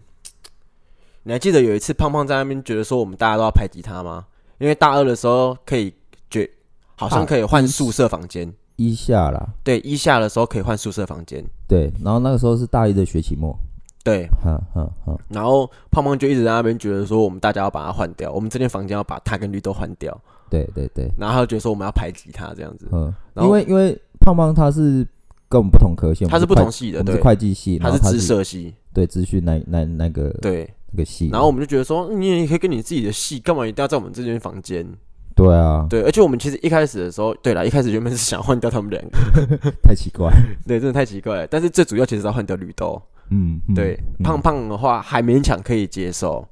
Speaker 2: 你还记得有一次胖胖在那边觉得说我们大家都要排挤他吗？因为大二的时候可以觉好像可以换宿舍房间，
Speaker 1: 一下啦，
Speaker 2: 对，一下的时候可以换宿舍房间，
Speaker 1: 对，然后那个时候是大一的学期末，
Speaker 2: 对，
Speaker 1: 哈哈哈，
Speaker 2: 然后胖胖就一直在那边觉得说我们大家要把它换掉，我们这间房间要把他跟绿豆换掉，
Speaker 1: 对对对，
Speaker 2: 然后他就觉得说我们要排挤他这样子，
Speaker 1: 嗯，
Speaker 2: 然
Speaker 1: 因
Speaker 2: 后
Speaker 1: 为因为胖胖他是跟我们不同科系，我们
Speaker 2: 他是不
Speaker 1: 会
Speaker 2: 同系的，
Speaker 1: 我们
Speaker 2: 对
Speaker 1: 是，会计系，
Speaker 2: 他
Speaker 1: 然后
Speaker 2: 是
Speaker 1: 他
Speaker 2: 自
Speaker 1: 是
Speaker 2: 设系，
Speaker 1: 对资讯那那那个
Speaker 2: 对。
Speaker 1: 那个系，
Speaker 2: 然后我们就觉得说，嗯你也可以跟你自己的系，干嘛一定要在我们这间房间？
Speaker 1: 对啊，
Speaker 2: 对，而且我们其实一开始的时候，对啦，一开始原本是想换掉他们两个， [LAUGHS]
Speaker 1: 太奇怪，
Speaker 2: 对，真的太奇怪了。但是最主要其实是要换掉绿豆，
Speaker 1: 嗯，嗯
Speaker 2: 对，
Speaker 1: 嗯
Speaker 2: 胖胖的话还勉强可以接受，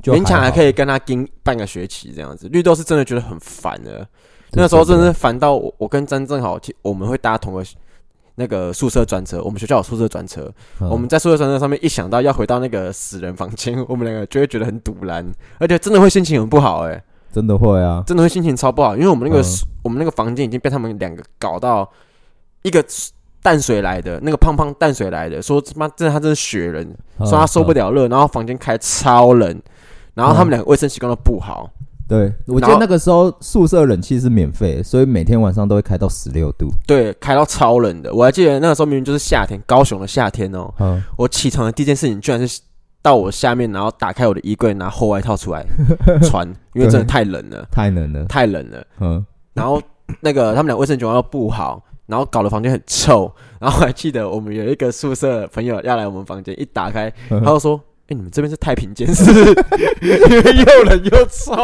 Speaker 1: 就
Speaker 2: 勉强还可
Speaker 1: 以，
Speaker 2: 以跟他盯半个学期这样子。绿豆是真的觉得很烦的，
Speaker 1: 对
Speaker 2: 那时候
Speaker 1: 对
Speaker 2: 真
Speaker 1: 对
Speaker 2: 的是烦到我，我跟张正好，其我们会搭同个那个宿舍专车，我们学校有宿舍专车，
Speaker 1: 嗯
Speaker 2: 我们在宿舍专车上面一想到要回到那个死人房间， [LAUGHS] 我们两个就会觉得很堵然，而且真的会心情很不好、欸，哎，
Speaker 1: 真的会啊，
Speaker 2: 真的会心情超不好，因为我们那个、
Speaker 1: 嗯
Speaker 2: 我们那个房间已经被他们两个搞到一个淡水来的那个胖胖淡水来的，说他妈真的他真是雪人，
Speaker 1: 嗯
Speaker 2: 说他受不
Speaker 1: 了，
Speaker 2: 了热，然后房间开超冷，然后他们两个卫生习惯都不好，
Speaker 1: 对，我记
Speaker 2: 然
Speaker 1: 得
Speaker 2: 后
Speaker 1: 那个时候宿舍冷气是免费的，所以每天晚上都会开到十六度。
Speaker 2: 对，开到超冷的。我还记得那个时候明明就是夏天，高雄的夏天哦。
Speaker 1: 嗯，
Speaker 2: 我起床的第一件事情居然是到我下面，然后打开我的衣柜，拿厚外套出 [LAUGHS] 来穿，因为真的太冷了，
Speaker 1: 太冷了。
Speaker 2: 太冷了。
Speaker 1: 嗯，
Speaker 2: 然后那个他们俩卫生情况又不好，然后搞得房间很臭。然后我还记得我们有一个宿舍的朋友要来我们房间，一打开
Speaker 1: 嗯
Speaker 2: 他就说：“哎、你们这边是太平间是不是？ [LAUGHS] 因为又冷又臭。”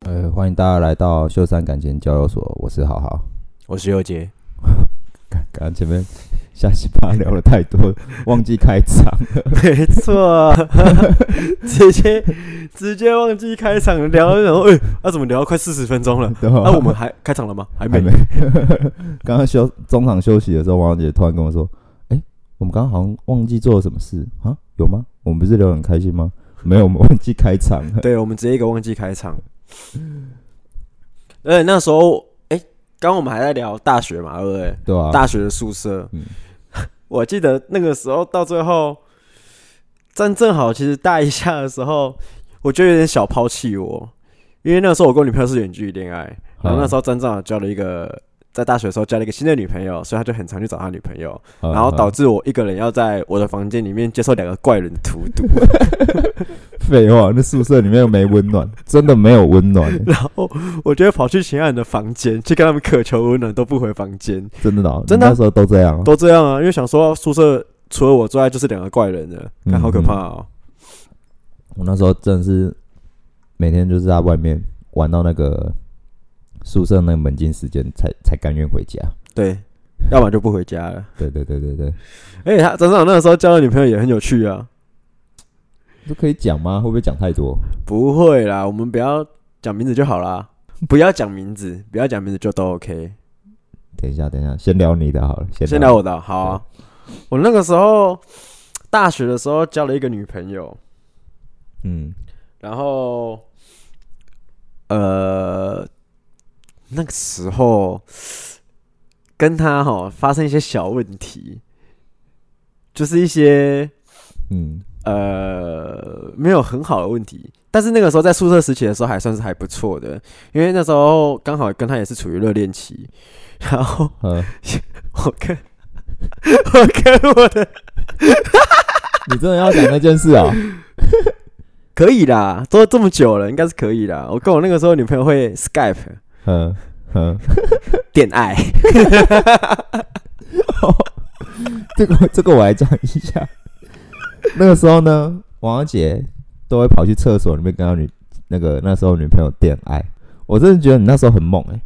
Speaker 1: 呃，欢迎大家来到秀山感情交流所，我是好好。
Speaker 2: 我是尤杰，
Speaker 1: 刚刚前面瞎七八聊了太多，忘记开场。
Speaker 2: 没错， [LAUGHS] 直接直接忘记开场聊，然后哎，那、怎么聊到快四十分钟了？
Speaker 1: 对吧
Speaker 2: 那、啊我们还开场了吗？还没
Speaker 1: 还。没。 [LAUGHS] 刚刚休中场休息的时候，王小姐突然跟我说：“哎、我们刚刚好像忘记做了什么事啊？有吗？我们不是聊得很开心吗？没有，我们忘记开场了。
Speaker 2: 对，我们直接一个忘记开场。而且那时候，哎、刚刚我们还在聊大学嘛，对不对？
Speaker 1: 对啊吧、
Speaker 2: 大学的宿舍，
Speaker 1: 嗯
Speaker 2: [LAUGHS] 我记得那个时候到最后，正正好其实大一下的时候，我就有点小抛弃我，因为那个时候我跟我女朋友是远距离恋爱，然后那时候真正好交了一个。在大学的时候交了一个新的女朋友，所以他就很常去找他女朋友，
Speaker 1: 嗯
Speaker 2: 然后导
Speaker 1: 嗯
Speaker 2: 致我一个人要在我的房间里面接受两个怪人荼毒，
Speaker 1: 废话，那宿舍里面又没温暖， [LAUGHS] 真的没有温
Speaker 2: [LAUGHS]
Speaker 1: 暖、
Speaker 2: 然后我就会跑去其他人的房间去跟他们渴求温暖，都不回房间，
Speaker 1: 真的哦，
Speaker 2: 真的啊
Speaker 1: 你那时候都这样、哦。
Speaker 2: 都这样啊，因为想说宿舍除了我之外就是两个怪人了，看好可怕哦、
Speaker 1: 我那时候真的是每天就是在外面玩到那个宿舍那个门禁时间才才甘愿回家。
Speaker 2: 对，要不然就不回家了。
Speaker 1: 对对对对对，
Speaker 2: 而且他张长那个时候交的女朋友也很有趣啊。
Speaker 1: 这可以讲吗？会不会讲太多？
Speaker 2: 不会啦，我们不要讲名字就好啦，不要讲名字，不要讲名字就都 OK。
Speaker 1: 等一下，等一下，先聊你的好了，先
Speaker 2: 先聊我的，好啊。我那个时候大学的时候交了一个女朋友，
Speaker 1: 嗯，
Speaker 2: 然后呃那个时候跟她哈发生一些小问题，就是一些
Speaker 1: 嗯，
Speaker 2: 呃，没有很好的问题。但是那个时候在宿舍时期的时候还算是还不错的，因为那时候刚好跟他也是处于热恋期，然后
Speaker 1: 呃，
Speaker 2: 我跟我跟我的
Speaker 1: 你真的要讲那件事啊？
Speaker 2: 可以啦，都这么久了，应该是可以啦。我跟我那个时候女朋友会 Skype
Speaker 1: 嗯嗯，
Speaker 2: 恋爱，
Speaker 1: [LAUGHS] 这个这个我来讲一下。那个时候呢，王小姐都会跑去厕所里面跟她女那个那时候女朋友恋爱。我真的觉得你那时候很猛哎、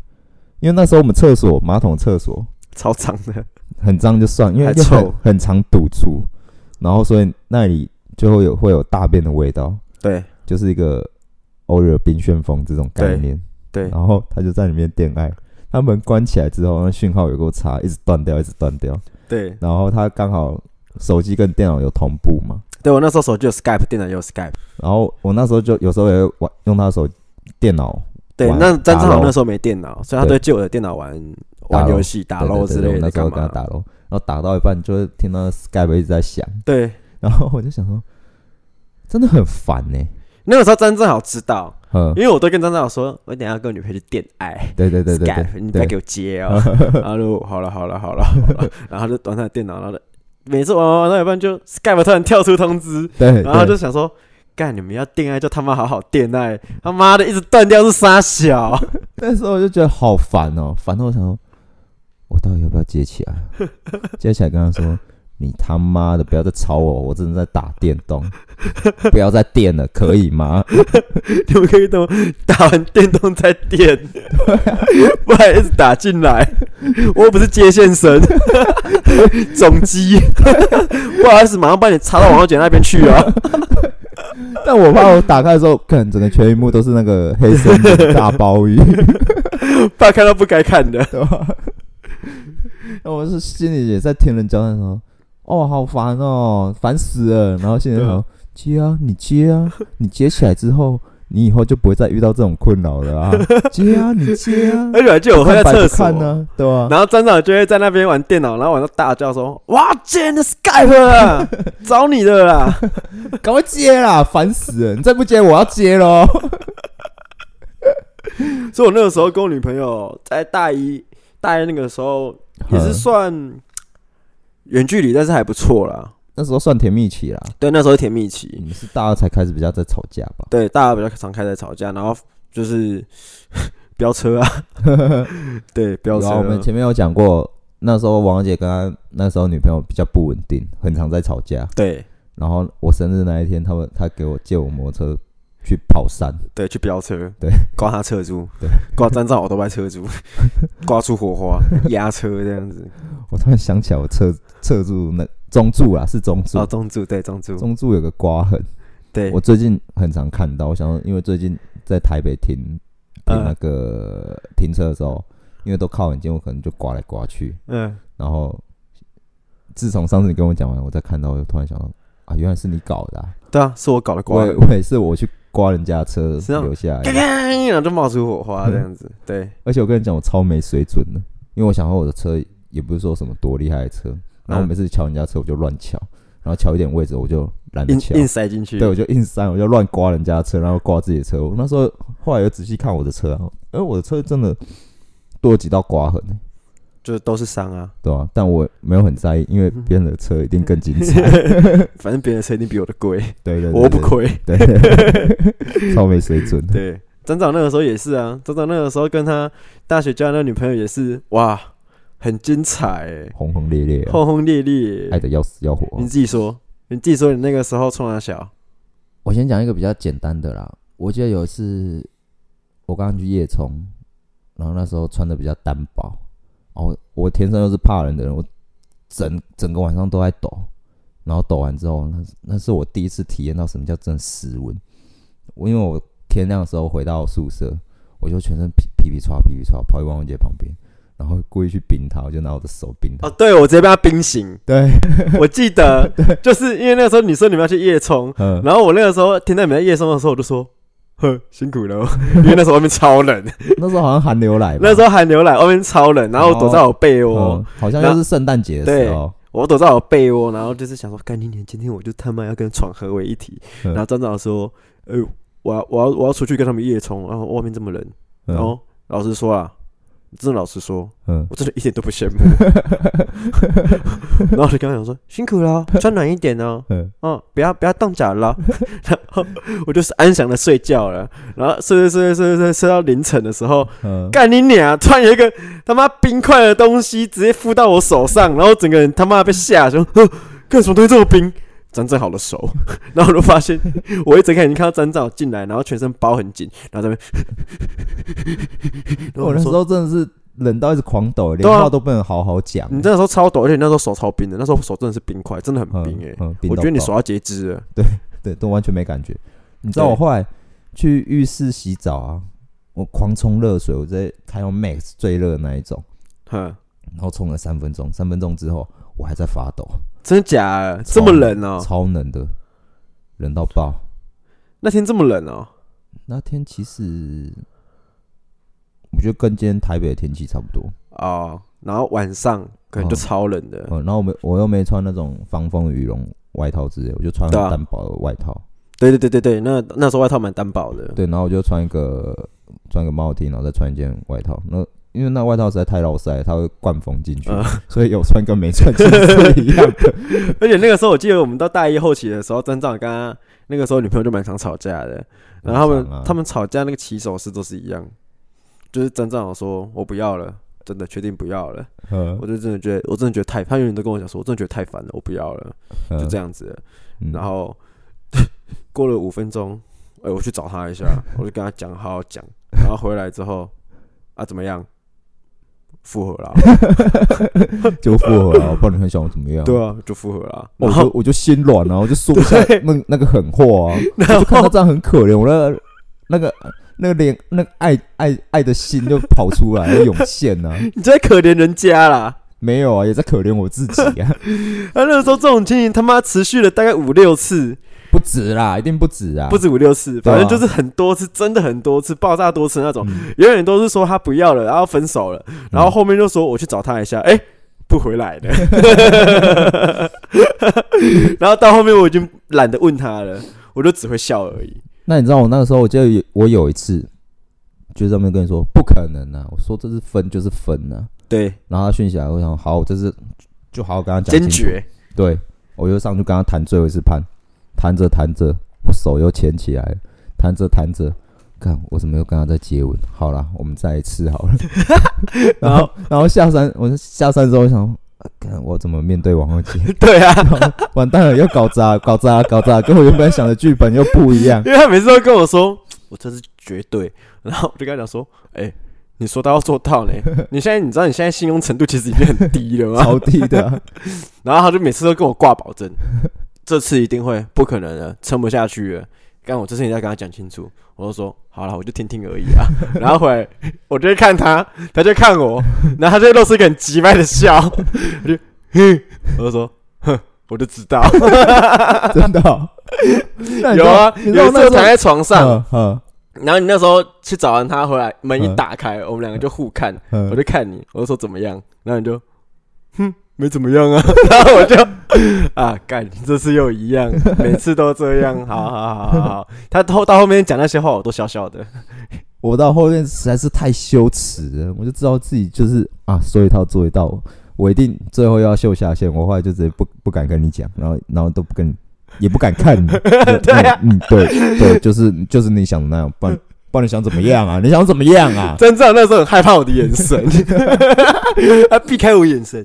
Speaker 1: 因为那时候我们厕所马桶厕所
Speaker 2: 超长的，
Speaker 1: 很脏就算，因为
Speaker 2: 还
Speaker 1: 就很
Speaker 2: 臭
Speaker 1: 很常堵住，然后所以那里就会有会有大便的味道，
Speaker 2: 对
Speaker 1: 就是一个欧热冰旋风这种概
Speaker 2: 对
Speaker 1: 念。
Speaker 2: 对，
Speaker 1: 然后他就在里面恋爱。他门关起来之后，那讯号有够差，一直断掉，一直断掉。
Speaker 2: 对
Speaker 1: 然后他刚好手机跟电脑有同步嘛，
Speaker 2: 对，我那时候手机有 Skype，电脑也有 Skype，
Speaker 1: 然后我那时候就有时候也会玩用他的手电脑，
Speaker 2: 对，
Speaker 1: 玩
Speaker 2: 那张
Speaker 1: 打
Speaker 2: 正好
Speaker 1: 咯
Speaker 2: 那时候没电脑，所以他都会借我的电脑玩
Speaker 1: 打
Speaker 2: 玩
Speaker 1: 咯
Speaker 2: 游戏、打
Speaker 1: 对对
Speaker 2: LO
Speaker 1: 对对
Speaker 2: 之类
Speaker 1: 我
Speaker 2: 的，
Speaker 1: 那时
Speaker 2: 干
Speaker 1: 候跟他
Speaker 2: 嘛？
Speaker 1: 打喽，然后打到一半就会听到 Skype 一直在响，
Speaker 2: 对，
Speaker 1: 然后我就想说，真的很烦呢、
Speaker 2: 那个时候张正好知道，
Speaker 1: [LAUGHS] 嗯，
Speaker 2: 因为我都跟张张老说，我等一下要跟我女朋友去电爱。
Speaker 1: 对对对对
Speaker 2: Skype，
Speaker 1: 对，
Speaker 2: 你不要
Speaker 1: 对
Speaker 2: 给我
Speaker 1: [LAUGHS]
Speaker 2: 接哦。然后就好了好了好了好了，然后就玩他的电脑，然后就每次玩玩玩到一半就 Skype 突然跳出通知，
Speaker 1: 对，
Speaker 2: 然后就
Speaker 1: 对
Speaker 2: 想说，干你们要恋爱就他妈好好恋爱，他妈的一直断掉是傻小。
Speaker 1: 那时候我就觉得好烦哦，烦到我想说，我到底要不要接
Speaker 2: [LAUGHS]
Speaker 1: 起来？啊接起来跟他说：“你他妈的不要再吵我，我真的在打电动，不要再电了，可以吗
Speaker 2: 你们可以等我打完电动再电，
Speaker 1: 啊
Speaker 2: 不然一直打进来。我又不是接线生， [LAUGHS] 啊总机，不好意思，马上把你插到王小姐那边去啊。？”
Speaker 1: [LAUGHS] 但我怕我打开的时候，可能整个全屏幕都是那个黑森林大鲍鱼，
Speaker 2: [LAUGHS]
Speaker 1: [LAUGHS]
Speaker 2: 怕看到不该看的。
Speaker 1: 对
Speaker 2: [LAUGHS]
Speaker 1: 吧？那我是心里也在天人交战说，哦，好烦哦，烦死了。然后现在
Speaker 2: 对
Speaker 1: 想接啊，你接
Speaker 2: [LAUGHS]
Speaker 1: 啊，你接起来之后，你以后就不会再遇到这种困扰了啊。
Speaker 2: [LAUGHS]
Speaker 1: 接啊，你接啊，
Speaker 2: 而且我还记得我会在
Speaker 1: 看白
Speaker 2: 厕
Speaker 1: 不
Speaker 2: 所
Speaker 1: 看，呢、对吧、
Speaker 2: 然后站长就会在那边玩电脑，然后玩到大叫说：“哇，接你的 Skype 了，找你的啦
Speaker 1: [LAUGHS] 赶快接啦，烦死了！你再不接，我要接喽。！”
Speaker 2: 所以我那个时候跟我女朋友在大一大一那个时候 [LAUGHS] 也是算远距离，但是还不错啦。
Speaker 1: [LAUGHS] 那时候算甜蜜期啦，
Speaker 2: 对，那时候甜蜜期
Speaker 1: 你，们是大二才开始比较在吵架吧？
Speaker 2: [LAUGHS] 对，大家比较常开始吵架，然后就是 [LAUGHS] 飙车啊，对，飙
Speaker 1: 然
Speaker 2: 车
Speaker 1: 后我们
Speaker 2: 啊。
Speaker 1: 前面有讲过，那时候王姐跟她那时候女朋友比较不稳定，很常在吵架。
Speaker 2: 对
Speaker 1: 然后我生日那一天，他们他给我借我摩托车去跑山，
Speaker 2: 对，去飙车，
Speaker 1: 对，
Speaker 2: 刮他车珠，
Speaker 1: 对，
Speaker 2: 刮站长我都拜
Speaker 1: [LAUGHS]
Speaker 2: 车珠，刮出火花，压车这样子。
Speaker 1: 我突然想起来，我侧侧柱那中柱啦，是 [LAUGHS] 中柱，
Speaker 2: 哦，中柱，对，中柱，
Speaker 1: 中柱有个刮痕，
Speaker 2: 对
Speaker 1: 我，最近很常看到。我想说，因为最近在台北停停
Speaker 2: 嗯
Speaker 1: 那个停车的时候，因为都靠很近，我可能就刮来刮去。
Speaker 2: 嗯，
Speaker 1: 然后自从上次你跟我讲完，我再看到，我就突然想到啊，原来是你搞的、啊，
Speaker 2: 对啊，是我搞的刮
Speaker 1: 我
Speaker 2: 的
Speaker 1: 也，我也是我去刮人家的车
Speaker 2: 是啊
Speaker 1: 留下来的。
Speaker 2: 嘎嘎然后就冒出火花这样
Speaker 1: 嗯
Speaker 2: 子，对，
Speaker 1: 而且我跟你讲，我超没水准的，因为我想说我的车也不是说什么多厉害的车，然
Speaker 2: 嗯
Speaker 1: 后我每次敲人家车我就乱敲，然后敲一点位置我就懒得
Speaker 2: 硬
Speaker 1: 敲。
Speaker 2: 硬塞进去
Speaker 1: 对，，我就硬塞，我就乱刮人家的车，然后刮自己的车。我那时候后来又仔细看我的车、啊，哎、我的车真的多了几道刮痕、欸
Speaker 2: 就都是
Speaker 1: [LAUGHS]
Speaker 2: 伤啊，
Speaker 1: 对吧、但我没有很在意，
Speaker 2: 嗯
Speaker 1: 因为别人的车一定更精彩。
Speaker 2: 反正别人的车一定比我的贵，
Speaker 1: 对对对
Speaker 2: 我又不
Speaker 1: 对
Speaker 2: 亏，
Speaker 1: 对， [LAUGHS] 超没水准的。
Speaker 2: 对，站长那个时候也是啊，站长那个时候跟他大学交的那个女朋友也是，哇，很精彩欸，
Speaker 1: 轰轰烈烈啊、
Speaker 2: 轰轰烈烈
Speaker 1: 爱
Speaker 2: 欸，
Speaker 1: 的要死要活啊、
Speaker 2: 你自己说，你自己说，你那个时候冲哪小？
Speaker 1: 我先讲一个比较简单的啦。我记得有一次，我刚刚去夜冲，然后那时候穿的比较单薄，哦，我天生又是怕冷的人，我整整个晚上都在抖，然后抖完之后，那那是我第一次体验到什么叫真湿温。我因为我天亮的时候回到宿舍，我就全身皮皮皮唰皮皮唰跑去王文杰旁边，然后故意去冰他，我就拿我的手冰他。
Speaker 2: 哦，对，我直接被他冰醒，
Speaker 1: 对，
Speaker 2: 我记得，就是因为那个时候你说你们要去夜冲，
Speaker 1: 嗯，
Speaker 2: 然后我那个时候听到你们在夜冲的时候，我就说。呵，辛苦了哦， [LAUGHS] 因为那时候外面超冷，
Speaker 1: 那时候好像寒流来吧，
Speaker 2: 那时候寒流来，外面超冷，然后我躲在我被窝，
Speaker 1: 嗯、好像又是圣诞节的时候，
Speaker 2: 我躲在我被窝，然后就是想说，干你娘，今天我就他妈要跟床合为一体。
Speaker 1: 嗯
Speaker 2: 然后站长说，呃，我要我要我要出去跟他们夜冲，然后外面这么冷，
Speaker 1: 嗯
Speaker 2: 然后老实说啊，真的老实说，
Speaker 1: 嗯，
Speaker 2: 我真的一点都不羡
Speaker 1: [LAUGHS]
Speaker 2: 慕。然后我就跟他讲说，辛苦了哦，穿暖一点哦，
Speaker 1: 嗯
Speaker 2: 嗯，不要不要冻脚了哦。 [LAUGHS] 然后我就是安详的睡觉了，然后睡睡睡睡睡睡到凌晨的时候，
Speaker 1: 嗯，，
Speaker 2: 干你娘！突然有一个他妈冰块的东西直接敷到我手上，然后整个人他妈被吓，说：“ [LAUGHS] 呃，干什么东西这么冰？”沾正好的手， [LAUGHS] 然后我就发现，我一睁开眼睛看到沾正好进来，然后全身包很紧，然后在那边 [LAUGHS]
Speaker 1: 我那时候真的是冷到一直狂抖，连
Speaker 2: 对啊
Speaker 1: 话都不能好好讲、
Speaker 2: 你那时候超抖，而且那时候手超冰的，那时候手真的是冰块，真的很
Speaker 1: 嗯
Speaker 2: 冰哎、
Speaker 1: 嗯，冰
Speaker 2: 我
Speaker 1: 到
Speaker 2: 觉得你
Speaker 1: 爆
Speaker 2: 手要截肢了，
Speaker 1: 对都完全没感觉。你知道
Speaker 2: 对
Speaker 1: 我后来去浴室洗澡啊，我狂冲热水，我直接开用 max 最热的那一种，
Speaker 2: 哼，
Speaker 1: 然后冲了三分钟，三分钟之后我还在发抖，
Speaker 2: 真的假的？
Speaker 1: 超
Speaker 2: 这么冷哦、
Speaker 1: 超冷的，冷到爆。
Speaker 2: 那天这么冷哦、
Speaker 1: 那天其实我觉得跟今天台北的天气差不多，
Speaker 2: 哦，然后晚上可能就
Speaker 1: 嗯
Speaker 2: 超冷的，
Speaker 1: 嗯，然后我没我又没穿那种防风羽绒外套之类，我就穿
Speaker 2: 对啊
Speaker 1: 单薄的外套。
Speaker 2: 对对对对对，那那时候外套蛮单薄的，
Speaker 1: 对，然后我就穿一个穿个帽 T，然后再穿一件外套。那因为那外套实在太绕塞，它会灌风进去，
Speaker 2: 嗯
Speaker 1: [LAUGHS] 所以有穿跟没穿其实是一样的。
Speaker 2: 而且那个时候，我记得我们到大一后期的时候，真正跟他那个时候女朋友就蛮常吵架的。然后他
Speaker 1: 很
Speaker 2: 们、
Speaker 1: 长啊
Speaker 2: 他们吵架那个起手式都是一样，就是真正我说我不要了，真的确定不要了，
Speaker 1: 嗯
Speaker 2: [LAUGHS] 我就真的觉得我真的觉得太，他永远都跟我讲说，我真的觉得太烦了，我不要了，就这样子了。
Speaker 1: 嗯
Speaker 2: 然后 [LAUGHS] 过了五分钟，哎、我去
Speaker 1: [LAUGHS]
Speaker 2: 找他一下，我就跟他讲，好好讲。然后回来之后啊，怎么样？复合啦，
Speaker 1: [LAUGHS] [LAUGHS] 就复合了，不然你很想我怎么样？
Speaker 2: 对啊，就复合啦。
Speaker 1: 哦我
Speaker 2: 然
Speaker 1: 就
Speaker 2: 后 [LAUGHS]
Speaker 1: 我就心软啊，我就说不下
Speaker 2: 对
Speaker 1: 那那个狠话
Speaker 2: [LAUGHS]
Speaker 1: 啊，我就看他这样很可怜，我那个那个那个脸那个爱爱爱的心就跑出来
Speaker 2: [LAUGHS]
Speaker 1: 涌现啊，
Speaker 2: 你在可怜人家啦。
Speaker 1: 没有啊，也在可怜我自己啊，
Speaker 2: 他那个时候这种情形他妈持续了大概五六次，
Speaker 1: 不止啦，一定不止啊，
Speaker 2: 不止五六次，
Speaker 1: 对啊
Speaker 2: 反正就是很多次，真的很多次，爆炸多次那种。
Speaker 1: 嗯，
Speaker 2: 永远都是说他不要了，然后分手了，然后后面就说我去找他一下，哎、不回来了。
Speaker 1: [LAUGHS]
Speaker 2: [LAUGHS] 然后到后面我已经懒得问他了，我就只会笑而已。
Speaker 1: 那你知道我那个时候，我记得有我有一次就在那边跟你说不可能啊，我说这是分就是分啊，
Speaker 2: 对，
Speaker 1: 然后他讯息来，我想好，我这次就好好跟他讲，
Speaker 2: 坚，决。
Speaker 1: 对我又上去跟他谈最后一次判，谈着谈着，我手又牵起来了，谈着谈着，看我怎么又跟他在接吻？好啦，我们再一次
Speaker 2: [LAUGHS]
Speaker 1: 好了。然后然后下山，我下山之后我想，看、干我怎么面对王后
Speaker 2: [LAUGHS]
Speaker 1: 杰，
Speaker 2: 对啊，
Speaker 1: 完蛋了，又搞砸，搞砸，搞砸，跟我原本想的剧本又不一
Speaker 2: [LAUGHS]
Speaker 1: 样。
Speaker 2: 因为他每次都跟我说我这是绝对，然后我就跟他讲说，哎、你说到要做到呢，你现在你知道你现在信用程度其实已经很低了吗？
Speaker 1: 超低的啊、
Speaker 2: 然后他就每次都跟我挂保证， [LAUGHS] 这次一定会，不可能了，撑不下去了。刚我这次你再跟他讲清楚，我就说好了，我就听听而已啊。 [LAUGHS] 然后回来，我就会看他，他就看我，然后他就露出一个很急掰的笑， [LAUGHS] 我就，哼，我就说，哼，我就
Speaker 1: [LAUGHS]
Speaker 2: 知道，
Speaker 1: 真的哦、 [LAUGHS] 那你知
Speaker 2: 有
Speaker 1: 道
Speaker 2: 啊，
Speaker 1: 你知道
Speaker 2: 有
Speaker 1: 那
Speaker 2: 一次我
Speaker 1: 时候
Speaker 2: 躺在床上，
Speaker 1: 嗯嗯
Speaker 2: 然后你那时候去找完他回来，门一
Speaker 1: 嗯
Speaker 2: 打开，我们两个就互看，
Speaker 1: 嗯
Speaker 2: 我就看你，我就说怎么样，然后你就，哼，没怎么
Speaker 1: [LAUGHS]
Speaker 2: 样啊，然后我就啊，干，这次又一样，每次都这样，好好好好好，他后到后面讲那些话，我都笑笑的，
Speaker 1: 我到后面实在是太羞耻了，我就知道自己就是啊，说一套做一套，我一定最后要秀下限。我后来就直接不不敢跟你讲，然后然后都不跟 [LAUGHS] 你，也不敢 [LAUGHS] 看你。
Speaker 2: 对啊
Speaker 1: 嗯，嗯对对，就是就是你想的那样，不然不然你想怎么样啊？你 [LAUGHS] 想怎么样啊？
Speaker 2: 真正那时候很害怕我的眼
Speaker 1: [LAUGHS]
Speaker 2: 神，他避开我眼神，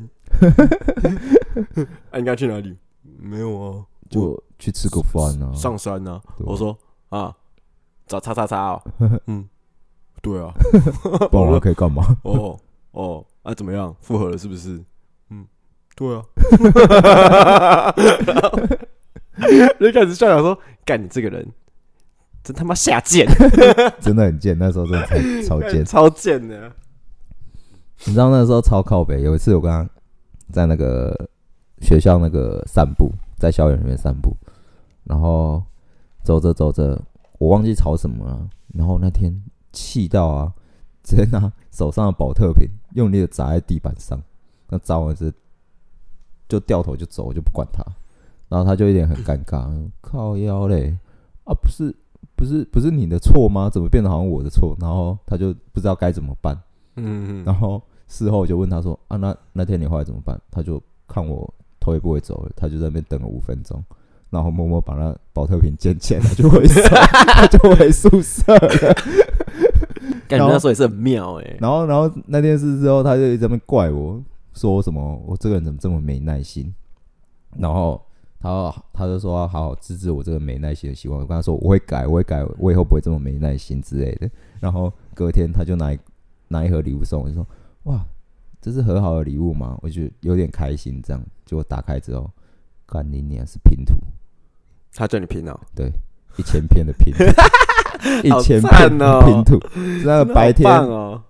Speaker 2: 啊，你刚去哪里？没有啊，
Speaker 1: 就去吃个饭啊，
Speaker 2: 上山呢、啊，
Speaker 1: 对吧
Speaker 2: 我说啊，找叉
Speaker 1: [LAUGHS]
Speaker 2: 叉叉哦，嗯，对啊。
Speaker 1: 不然我可以干嘛？ [LAUGHS]
Speaker 2: 哦哦，啊，怎么样？复合了是不是？嗯，对啊。 [LAUGHS] 然后就开始笑想说：“干你这个人，真他妈下贱，
Speaker 1: 真的很贱，那时候真 [LAUGHS] 的超超贱。
Speaker 2: 超贱的。
Speaker 1: 你知道那时候超靠北，有一次我跟他在那个学校那个散步，在校园里面散步，然后走着走着，我忘记吵什么了，然后那天气到啊，直接拿手上的保特瓶用力的砸在地板上，那砸完之后就掉头就走，我就不管他，然后他就一脸很尴尬，靠腰嘞，啊不是不是不是你的错吗？怎么变得好像我的错？然后他就不知道该怎么办。”
Speaker 2: 嗯”
Speaker 1: 然后事后我就问他说：“啊，那那天你后来怎么办？”他就看我头也不回走了，他就在那边等了五分钟，然后默默把那保特瓶捡起来，他就回宿， [LAUGHS] 他就回宿舍了。
Speaker 2: 感
Speaker 1: 然
Speaker 2: 觉
Speaker 1: 后
Speaker 2: 那时候也是很妙哎、
Speaker 1: 然后，然后那件事之后，他就一直在那边怪我说什么我这个人怎么这么没耐心，然后。他他就说要好好治治我这个没耐心的习惯。我跟他说我会改，我会改，我以后不会这么没耐心之类的。哎然后隔天他就拿一拿一盒礼物送我，就说哇，这是和好的礼物吗？我就有点开心，这样。结果打开之后，干你娘是拼图，
Speaker 2: 他叫你拼哦，
Speaker 1: 对，一千片的拼
Speaker 2: [LAUGHS]
Speaker 1: 图，一千
Speaker 2: 好
Speaker 1: 片
Speaker 2: 赞哦
Speaker 1: 的拼图，是那个
Speaker 2: 真的好
Speaker 1: 白天、
Speaker 2: 棒哦。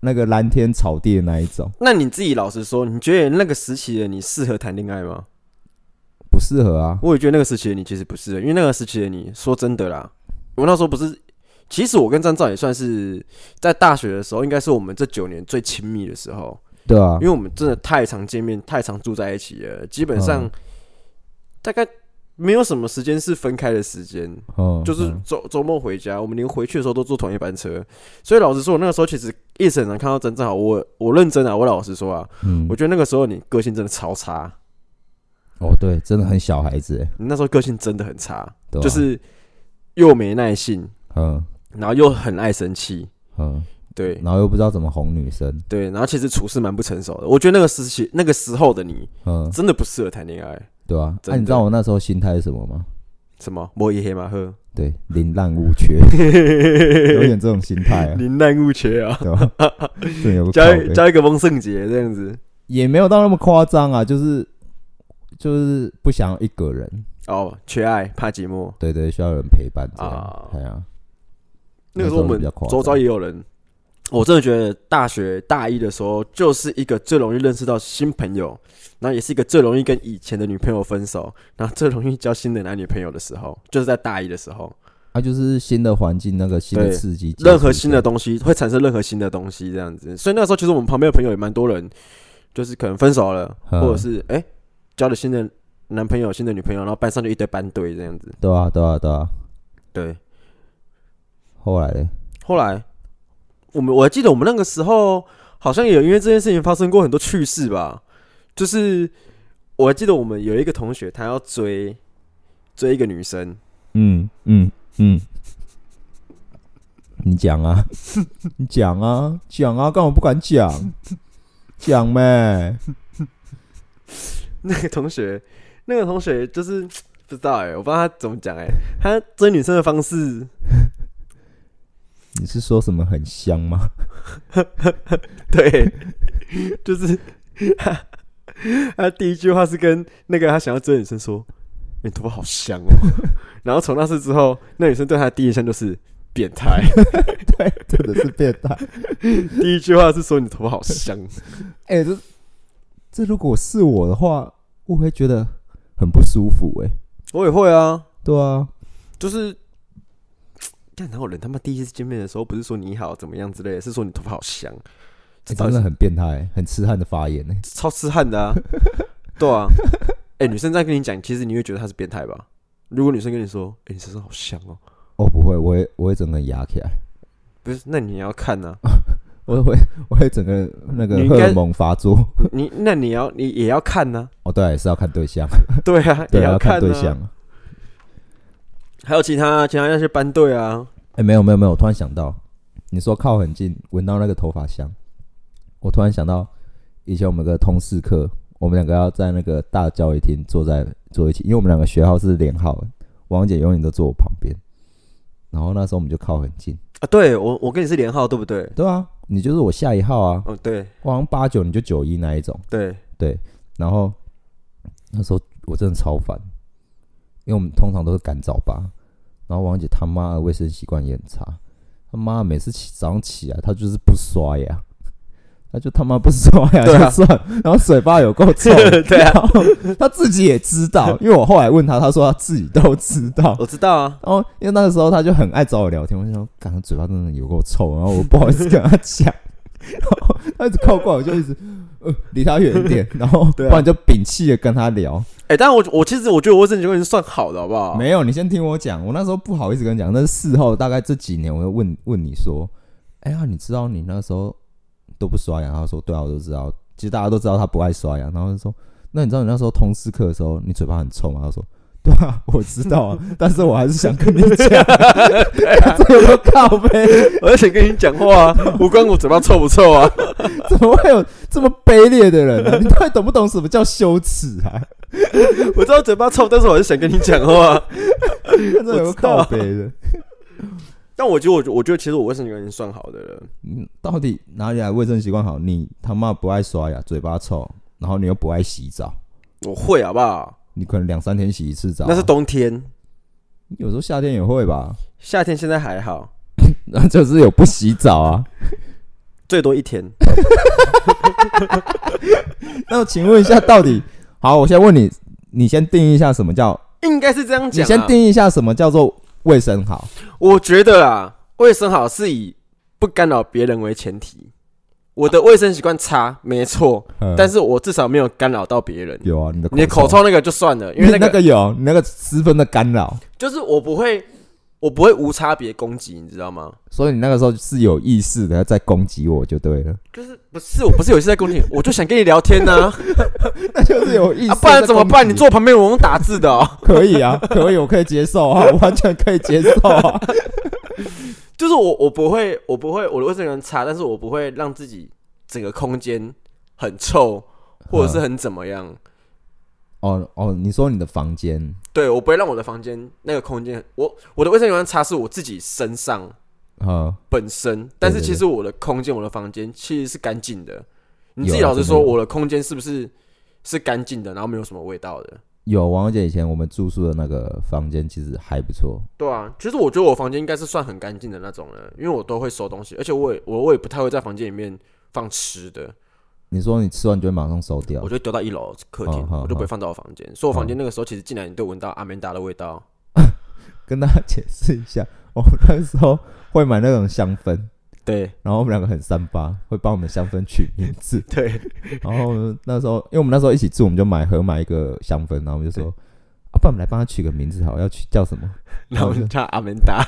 Speaker 1: 那个蓝天草地的那一种，
Speaker 2: 那你自己老实说，你觉得那个时期的你适合谈恋爱吗？
Speaker 1: 不适合啊。
Speaker 2: 我也觉得那个时期的你其实不适合，因为那个时期的你，说真的啦，我那时候不是，其实我跟张照也算是在大学的时候，应该是我们这九年最亲密的时候。
Speaker 1: 对啊
Speaker 2: 因，为我们真的太常见面，太常住在一起了，基本上
Speaker 1: 嗯
Speaker 2: 大概没有什么时间是分开的时间，
Speaker 1: 嗯，
Speaker 2: 就是
Speaker 1: 嗯
Speaker 2: 周周末回家，我们连回去的时候都坐同一班车，所以老实说，我那个时候其实一直很常看到曾正好，我我认真啊，我老实说啊，
Speaker 1: 嗯
Speaker 2: 我，觉得那个时候你个性真的超差，
Speaker 1: 哦，对，真的很小孩子欸，
Speaker 2: 你那时候个性真的很差，
Speaker 1: 对啊
Speaker 2: 就是又没耐性，
Speaker 1: 嗯
Speaker 2: 然后又很爱生气，
Speaker 1: 嗯，
Speaker 2: 对
Speaker 1: 然后又不知道怎么哄女生，
Speaker 2: 对，然后其实处事蛮不成熟的，我觉得那个时期那个时候的你
Speaker 1: 嗯，
Speaker 2: 真的不适合谈恋爱，
Speaker 1: 对啊。那、
Speaker 2: 真的
Speaker 1: 你知道我那时候心态是什么吗？
Speaker 2: 什么摩耶黑马
Speaker 1: [LAUGHS]
Speaker 2: 赫，
Speaker 1: 对，琳滥勿
Speaker 2: [LAUGHS]
Speaker 1: 缺，有点这种心态啊，
Speaker 2: 林难勿缺啊，
Speaker 1: [LAUGHS] 对吧？真的有个
Speaker 2: 加
Speaker 1: 靠
Speaker 2: 一
Speaker 1: 背
Speaker 2: 加一个翁圣杰这样子。
Speaker 1: 也没有到那么夸张啊，就是就是不想要一个人，
Speaker 2: 哦，缺爱怕寂寞。
Speaker 1: 对对，需要有人陪伴这样
Speaker 2: 啊，
Speaker 1: 哎呀，
Speaker 2: 那个时候我
Speaker 1: 那时候
Speaker 2: 们
Speaker 1: 比较夸张
Speaker 2: 周遭也有人，我真的觉得大学大一的时候就是一个最容易认识到新朋友，然后也是一个最容易跟以前的女朋友分手，然后最容易交新的男女朋友的时候，就是在大一的时候，
Speaker 1: 啊，就是新的环境，那个新的
Speaker 2: 对
Speaker 1: 刺激，
Speaker 2: 任何新的东西会产生任何新的东西这样子。所以那个时候其实我们旁边的朋友也蛮多人，就是可能分手了，
Speaker 1: 嗯
Speaker 2: 或者是哎、交了新的男朋友、新的女朋友，然后班上就一堆班队这样子。
Speaker 1: 对啊，对啊，对啊。
Speaker 2: 对，
Speaker 1: 后来嘞，
Speaker 2: 后来我们我还记得我们那个时候好像有因为这件事情发生过很多趣事吧，就是我还记得我们有一个同学他要追追一个女生，
Speaker 1: 嗯嗯嗯，你讲
Speaker 2: [LAUGHS]
Speaker 1: 啊，你讲啊，讲啊，干嘛不敢讲？讲呗，
Speaker 2: 那个同学那个同学就是不知道哎、我不知道他怎么讲哎、他追女生的方式
Speaker 1: 你是说什么很香
Speaker 2: [LAUGHS]
Speaker 1: 吗？
Speaker 2: 对，就是他他第一句话是跟那个他想要追的女生说：“你头发好香哦。”然后从那次之后，那女生对他的第一印象就是变态。
Speaker 1: 对，真的是变态。
Speaker 2: 第一句话是说你头发好香，
Speaker 1: [LAUGHS] 哎、这这如果是我的话，我会觉得很不舒服、哎，
Speaker 2: [LAUGHS] 我也会啊，
Speaker 1: 对啊，
Speaker 2: 就是，但然后人他妈第一次见面的时候，不是说你好怎么样之类的，是说你头发好香，这
Speaker 1: 欸
Speaker 2: 到
Speaker 1: 真
Speaker 2: 底
Speaker 1: 的
Speaker 2: 是
Speaker 1: 很变态、很痴汉的发言呢、哎
Speaker 2: 超痴汉 [LAUGHS] 的啊，对啊，哎、女生这样跟你讲，其实你会觉得她是变态吧？如果女生跟你说，哎、你身上好香哦，
Speaker 1: 哦，不会，我会我会整个人压起来，
Speaker 2: 不是，那你也要看啊呐、
Speaker 1: 我会我会整个人那个
Speaker 2: 你应
Speaker 1: 荷
Speaker 2: 该
Speaker 1: 尔蒙发作。
Speaker 2: 你那你要你也要看 [LAUGHS] 呐、
Speaker 1: 哦，对啊、也是要看对象，
Speaker 2: 对啊，
Speaker 1: 对
Speaker 2: 也
Speaker 1: 啊，要
Speaker 2: 看、啊、
Speaker 1: 对象。啊。
Speaker 2: 还有其他其他那些班队啊，
Speaker 1: 哎、没有没有没有，我突然想到，你说靠很近，闻到那个头发香，我突然想到以前我们有个通识课，我们两个要在那个大教育厅坐在坐一起，因为我们两个学号是连号，王姐永远都坐我旁边，然后那时候我们就靠很近，
Speaker 2: 啊，对我我跟你是连号对不对？
Speaker 1: 对啊，你就是我下一号啊，
Speaker 2: 嗯，对
Speaker 1: 我好像八九你就九一那一种，
Speaker 2: 对，
Speaker 1: 然后那时候我真的超烦，因为我们通常都是赶早八，然后王姐他妈的卫生习惯也很差，他妈每次起早上起来她就是不刷牙，她就他妈不刷牙
Speaker 2: [LAUGHS] 对啊
Speaker 1: 就算，然后嘴巴有够臭，
Speaker 2: [LAUGHS] 对啊
Speaker 1: 然后她自己也知道，因为我后来问她，她说她自己都知道。
Speaker 2: 我知道啊，
Speaker 1: 然后，因为那个时候她就很爱找我聊天，我就想，感觉嘴巴真的有够臭，然后我不好意思跟她讲，然后她一直靠过来，我就一直呃离她远一点，然后不
Speaker 2: 对啊
Speaker 1: 然就摒弃的跟她聊，
Speaker 2: 哎、但我我其实我觉得我这几个人算好的，好不好？
Speaker 1: 没有，你先听我讲。我那时候不好意思跟你讲，但是事后大概这几年，我就问问你说：“哎呀，你知道你那时候都不刷牙？”他说：“对啊，我都知道。”其实大家都知道他不爱刷牙。然后就说：“那你知道你那时候通识课的时候，你嘴巴很臭吗？”他说：“ [LAUGHS] 对啊，我知道啊，但是我还是想跟你讲， [LAUGHS] 这有没有靠背？
Speaker 2: 我在想跟你讲话、啊，无关我嘴巴臭不臭啊。
Speaker 1: 怎么会有这么卑劣的人、啊？你到底懂不懂什么叫羞耻啊？
Speaker 2: 我知道嘴巴臭，但是我还是想跟你讲话、啊
Speaker 1: 这有没有靠背的？
Speaker 2: 但我觉得我我觉得其实我卫生人算好的了。
Speaker 1: 嗯，到底哪里来卫生习惯好？你他妈不爱刷牙，嘴巴臭，然后你又不爱洗澡，
Speaker 2: 我会好不好？
Speaker 1: 你可能两三天洗一次澡啊、
Speaker 2: 那是冬天，
Speaker 1: 有时候夏天也会吧， [LAUGHS]
Speaker 2: 夏天现在还好，
Speaker 1: 那就是有不洗澡
Speaker 2: [LAUGHS]
Speaker 1: 啊。
Speaker 2: 最多一天。
Speaker 1: 那请问一下，到底好？我先问你，你先定义一下什么叫？
Speaker 2: 应该是这样
Speaker 1: 你
Speaker 2: 讲、啊。
Speaker 1: 先，定义一下什么叫做卫生好？
Speaker 2: 我觉得啦，卫生好是以不干扰别人为前提。我的卫生习惯差，没错，
Speaker 1: 嗯
Speaker 2: 但是我至少没有干扰到别人。
Speaker 1: 有啊，你的
Speaker 2: 你的口臭那个就算了，因
Speaker 1: 你
Speaker 2: 为
Speaker 1: 那
Speaker 2: 那
Speaker 1: [LAUGHS]
Speaker 2: 个
Speaker 1: 个有，你那个十分的干扰，
Speaker 2: 就是我不会，我不会无差别攻击，你知道吗？
Speaker 1: 所以你那个时候是有意识的在攻击我就
Speaker 2: [LAUGHS]
Speaker 1: 对了，
Speaker 2: 就是不是我不是有一次在 [LAUGHS] 攻击，我就想跟你聊天呐、啊，
Speaker 1: 那就是有意识、
Speaker 2: 不然怎么 [LAUGHS] 办？你啊坐旁边我用打字的哦，
Speaker 1: 可以啊，可以，我可以接受啊，我完全可以接受啊。
Speaker 2: [LAUGHS] 就是我我不会我不会我的卫生人差，但是我不会让嗯自己整个空间很臭或者是很怎么样，
Speaker 1: [LAUGHS] 哦哦，你说你的房间
Speaker 2: 对我不会让我的房间那个空间，我我的卫生习惯擦是我自己身上
Speaker 1: 啊，
Speaker 2: 本身，但是
Speaker 1: 对对
Speaker 2: 其实我的空间，我的房间其实是干净的。你
Speaker 1: 有
Speaker 2: 自己
Speaker 1: 啊
Speaker 2: 老实
Speaker 1: 真的
Speaker 2: 说，
Speaker 1: 有
Speaker 2: 我的空间是不是是干净的，然后没有什么味道的？
Speaker 1: 有王小姐以前我们住宿的那个房间其实还不错，
Speaker 2: 对啊，其实我觉得我房间应该是算很干净的那种了，因为我都会收东西，而且我也我我也不太会在房间里面放吃的，
Speaker 1: 你说你吃完就会马上收掉
Speaker 2: 我就丢到一楼客厅
Speaker 1: 哦，哦
Speaker 2: 我就不会
Speaker 1: 哦
Speaker 2: 放到我房间。所以我房间那个时候其实进来你都闻到阿曼达的味道，
Speaker 1: 跟大家解释一下，我们那时候会买那种香氛，
Speaker 2: 对
Speaker 1: 然后我们两个很三八，会帮我们香氛取名字。
Speaker 2: [LAUGHS] 对，
Speaker 1: 然后呢那时候，因为我们那时候一起住，我们就买合买一个香氛，然后我们就说，啊，不然我们来帮他取个名字好了，要取叫什么？
Speaker 2: 然后我就叫阿曼达，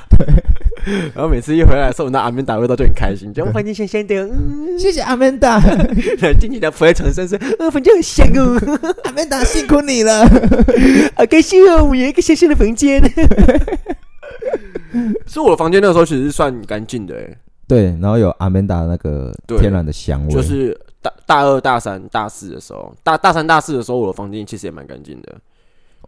Speaker 2: 然后每次一回来的时候闻到阿曼达的味道就很开心，就哦我房间香香的，嗯，
Speaker 1: 谢谢阿曼达，
Speaker 2: [LAUGHS] 进去的浮在床上说，呃，房间很香哦，
Speaker 1: 阿曼达辛苦你了。
Speaker 2: 好开心哦，我有一个香香的房间。 [LAUGHS] 所以我的房间那个时候其实是算干净的、欸，
Speaker 1: 对，然后有阿曼达那个
Speaker 2: 对
Speaker 1: 天然的香味，
Speaker 2: 就是大大二、大三、大四的时候，大大三、大四的时候，我的房间其实也蛮干净的，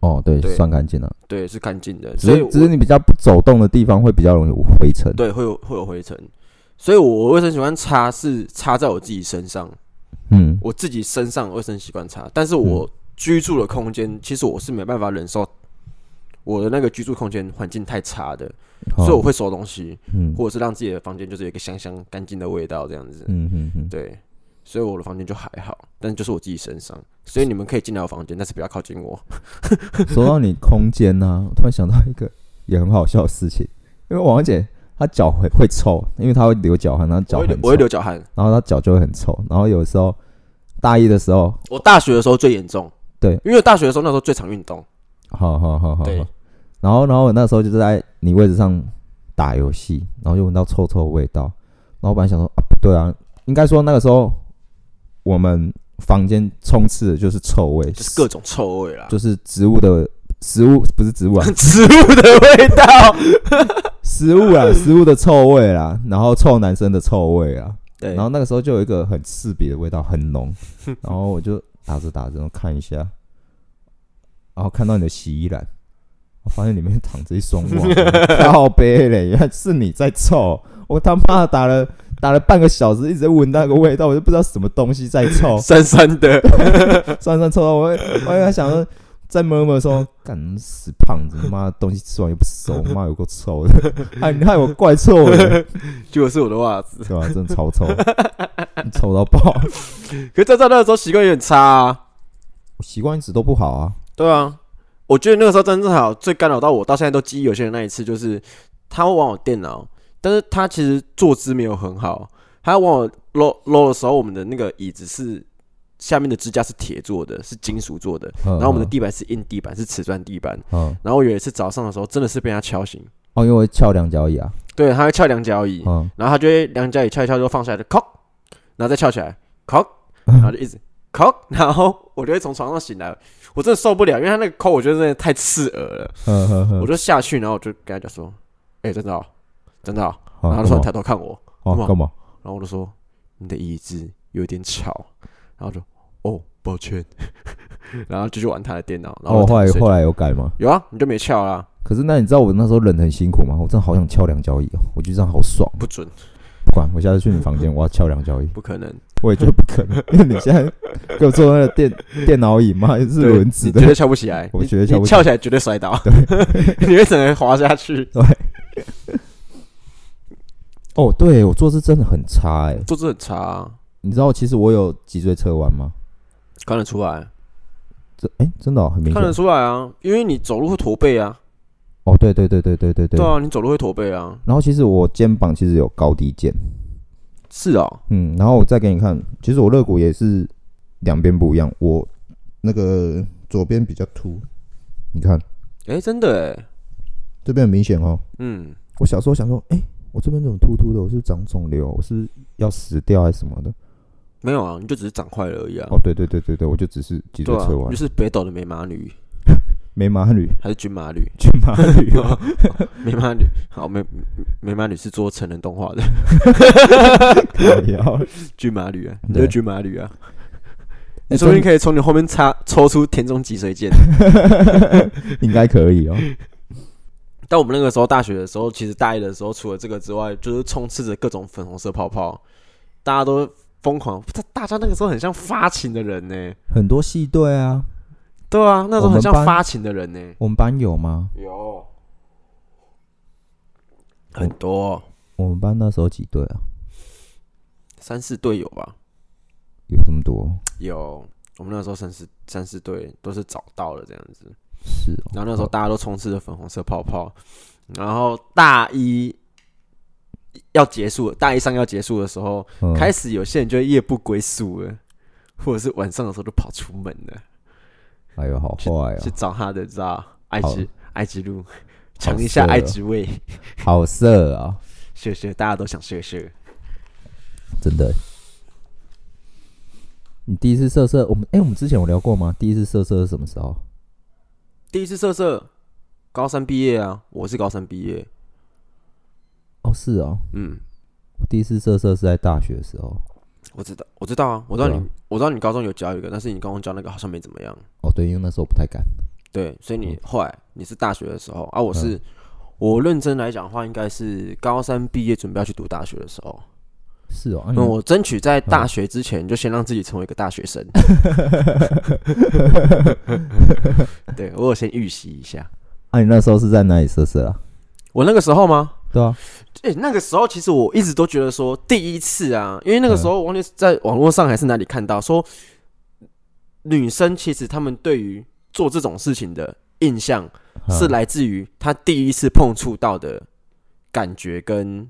Speaker 1: 哦，对，
Speaker 2: 对
Speaker 1: 算干净了。
Speaker 2: 对，是干净的，
Speaker 1: 只
Speaker 2: 所以
Speaker 1: 是
Speaker 2: 我
Speaker 1: 只是你比较不走动的地方会比较容易有灰尘。
Speaker 2: 对会有会有灰尘，所以我卫生习惯擦是擦在我自己身上，
Speaker 1: 嗯，
Speaker 2: 我自己身上的卫生习惯擦，但是我居住的空间，其实我是没办法忍受我的那个居住空间环境太差的，
Speaker 1: 好
Speaker 2: 所以我会收东西，
Speaker 1: 嗯
Speaker 2: 或者是让自己的房间就是有一个香香干净的味道这样子，
Speaker 1: 嗯嗯嗯，
Speaker 2: 对。所以我的房间就还好，但就是我自己身上，所以你们可以进来我房间，但是不要靠近我。
Speaker 1: 说到你空间呢、我突然想到一个也很好笑的事情，因为王姐她脚会会臭，啊因为她会流脚汗，然后脚
Speaker 2: 我会
Speaker 1: 很
Speaker 2: 流
Speaker 1: 臭，
Speaker 2: 我会流脚汗。
Speaker 1: 然后她脚就会很臭，然后有时候大一的时候，
Speaker 2: 我大学的时候最严重，
Speaker 1: 对哦
Speaker 2: 因为我大学的时候那时候最常运动，
Speaker 1: 好好好好，
Speaker 2: 对
Speaker 1: 好然后然后我那时候就是在你位置上打游戏，然后就闻到臭臭的味道，然后我本来想说啊不对啊，应该说那个时候我们房间充斥的就是臭味，
Speaker 2: 就是各种啊臭味啦，
Speaker 1: 就是植物的食物不是植物啊，
Speaker 2: [LAUGHS] 植物的味
Speaker 1: [LAUGHS]
Speaker 2: 道。
Speaker 1: 食物啦，食物的臭味啦，然后臭男生的臭味啊，
Speaker 2: 对，，
Speaker 1: 然后那个时候就有一个很刺鼻的味道，很浓，然后我就打着打着然后看一下，然后看到你的洗衣篮，我发现里面躺着一双袜，靠背嘞，原来是你在臭，我他妈打了打了半个小时，一直在闻那个味道，我就不知道什么东西在臭
Speaker 2: [LAUGHS] 酸酸的，
Speaker 1: 算算臭到我会，我还想说。在摸摸说，干死胖子，妈的东西吃完又不收，妈有够臭的， [LAUGHS] 哎，你害我怪臭的。 [LAUGHS]
Speaker 2: 结果是我的袜子。
Speaker 1: 对吧、真的超臭，臭到爆。
Speaker 2: 可是在在那个时候习惯有点差啊，
Speaker 1: 我习惯一直都不好啊。
Speaker 2: 对啊。我觉得那个时候真正好最干扰到我到现在都记忆犹新的那一次，就是他会玩我电脑，但是他其实坐姿没有很好。他往我搂搂的时候，我们的那个椅子是下面的支架是铁做的，是金属做的，
Speaker 1: 嗯、
Speaker 2: 然后我们的地板是硬地板，是瓷砖地板。
Speaker 1: 嗯，
Speaker 2: 然后我有一次早上的时候，真的是被他敲醒，
Speaker 1: 哦，因为我会翘两脚椅啊。
Speaker 2: 对，他会翘两脚椅，
Speaker 1: 嗯，
Speaker 2: 然后他就会两脚椅翘一翘就放下来，就 cock，然后再翘起来
Speaker 1: [LAUGHS]
Speaker 2: cock，然后就一直 cock，然后我就会从床上醒来，我真的受不了，因为他那个 cock 我觉得真的太刺耳了，
Speaker 1: 嗯嗯嗯
Speaker 2: 我就下去，然后我就跟他讲说，哎，真的哦，真的哦，
Speaker 1: 嗯
Speaker 2: 然后他说你抬头看我，
Speaker 1: 哦，干嘛？
Speaker 2: 然后我就说你的椅子有点吵，然后就哦抱歉， [LAUGHS] 然后就去玩他的电脑，然后
Speaker 1: 哦，
Speaker 2: 我
Speaker 1: 后来
Speaker 2: 就睡
Speaker 1: 后来有改吗？
Speaker 2: 有啊，你就没翘啦，
Speaker 1: 可是那你知道我那时候忍得很辛苦吗？我真的好想翘两脚椅哦，我觉得这样好爽。
Speaker 2: 不准，
Speaker 1: 不管，我下次去你房间，我要翘两
Speaker 2: [LAUGHS]
Speaker 1: 脚椅。
Speaker 2: 不可能。
Speaker 1: 我也觉得不可能，因 [LAUGHS] 为你现在给我坐那个电电 [LAUGHS] 脑椅嘛，也是
Speaker 2: 对
Speaker 1: 轮子
Speaker 2: 你
Speaker 1: 的
Speaker 2: 绝。对翘不起
Speaker 1: [LAUGHS]
Speaker 2: 来，
Speaker 1: 我
Speaker 2: 你
Speaker 1: 绝对翘不
Speaker 2: 你
Speaker 1: 起来
Speaker 2: 翘起来绝对
Speaker 1: [LAUGHS]
Speaker 2: 摔倒， [LAUGHS] 你会整个人滑下去，
Speaker 1: 哦，对我坐姿真的很差哎、
Speaker 2: 坐姿很差、啊，
Speaker 1: 你知道其实我有脊椎侧弯吗？
Speaker 2: 看得出来，
Speaker 1: 这哎、真的、哦、很明
Speaker 2: 看
Speaker 1: 显
Speaker 2: 得。出来啊，因为你走路会驼背啊，
Speaker 1: 哦，对对对对对对对
Speaker 2: 对。啊，你走路会驼背啊，
Speaker 1: 然后其实我肩膀其实有高低肩。
Speaker 2: 是哦，
Speaker 1: 嗯，然后我再给你看，其实我肋骨也是两边不一样，我那个左边比较凸，你看
Speaker 2: 哎、真的哎，
Speaker 1: 这边很明显哦。
Speaker 2: 嗯，
Speaker 1: 我小时候想说，哎、我这边怎么凸凸的？我是不是长肿瘤？我是不是要死掉还是什么的？
Speaker 2: 没有啊，你就只是长坏了而已啊，
Speaker 1: 哦，对对对对对，我就只是脊
Speaker 2: 对
Speaker 1: 椎
Speaker 2: 啊
Speaker 1: 侧，弯
Speaker 2: 你就，是北斗的美马女
Speaker 1: 没麻女，
Speaker 2: 还是军马女，
Speaker 1: 去麻
Speaker 2: [LAUGHS]
Speaker 1: 女哦，
Speaker 2: 美马女，好美美马女是做成人动画的， [LAUGHS]
Speaker 1: 靠腰
Speaker 2: 军马女啊，
Speaker 1: 对
Speaker 2: [LAUGHS] 你就是军马女啊，
Speaker 1: 哎
Speaker 2: 说不定
Speaker 1: 真
Speaker 2: 可以从你后面插抽出田中脊髓剑。
Speaker 1: [LAUGHS] 应该可以哦。
Speaker 2: 但我们那个时候大学的时候，其实大一的时候，除了这个之外，就是充斥着各种粉红色泡泡，大家都疯狂，大大家那个时候很像发情的人呢、
Speaker 1: 很多系队啊，
Speaker 2: 对啊，那时候很像
Speaker 1: 我们班
Speaker 2: 发情的人呢、
Speaker 1: 我们班有吗？
Speaker 2: 有很多
Speaker 1: 我们班那时候几队啊？
Speaker 2: 三四队友吧，
Speaker 1: 有这么多？
Speaker 2: 有我们那时候三四三四队都是找到了这样子，
Speaker 1: 是哦。
Speaker 2: 然后那时候大家都充斥着粉红色泡泡，然后大一要结束了，大一上要结束的时候，
Speaker 1: 嗯
Speaker 2: 开始有些人就会夜不归宿了，或者是晚上的时候就跑出门了，
Speaker 1: 哎呦，好坏
Speaker 2: 去
Speaker 1: 哦，
Speaker 2: 找他的，知道埃
Speaker 1: 好
Speaker 2: 及埃及路，尝一下
Speaker 1: 色
Speaker 2: 埃
Speaker 1: 哦
Speaker 2: 及味， [LAUGHS]
Speaker 1: 好色啊、
Speaker 2: 谢谢，大家都想谢谢。
Speaker 1: 真的。你第一次色色，我们哎、我们之前有聊过吗？第一次色色是什么时候？
Speaker 2: 第一次色色，高三毕业啊，我是高三毕业，
Speaker 1: 哦，是哦，
Speaker 2: 嗯，
Speaker 1: 我第一次色色是在大学的时候。
Speaker 2: 我知道，我知道啊，我知道你，
Speaker 1: 对啊
Speaker 2: 我知道你高中有交一个，但是你高中交那个好像没怎么样，
Speaker 1: 哦，对，因为那时候不太敢。
Speaker 2: 对，所以
Speaker 1: 嗯
Speaker 2: 你后来你是大学的时候啊，我是、我认真来讲的话，应该是高三毕业准备要去读大学的时候，
Speaker 1: 是哦，啊、你
Speaker 2: 那、嗯我争取在大学之前就先让自己成为一个大学生，对我有先预习一下，
Speaker 1: 啊，你那时候是在哪里色色啊？
Speaker 2: 我那个时候吗？
Speaker 1: 对啊，
Speaker 2: 哎、那个时候其实我一直都觉得说，第一次啊，因为那个时候我忘记是在网络上还是哪里看到说，女生其实她们对于做这种事情的印象 [LAUGHS] 是
Speaker 1: 嗯
Speaker 2: 来自于她第一次碰触到的感觉跟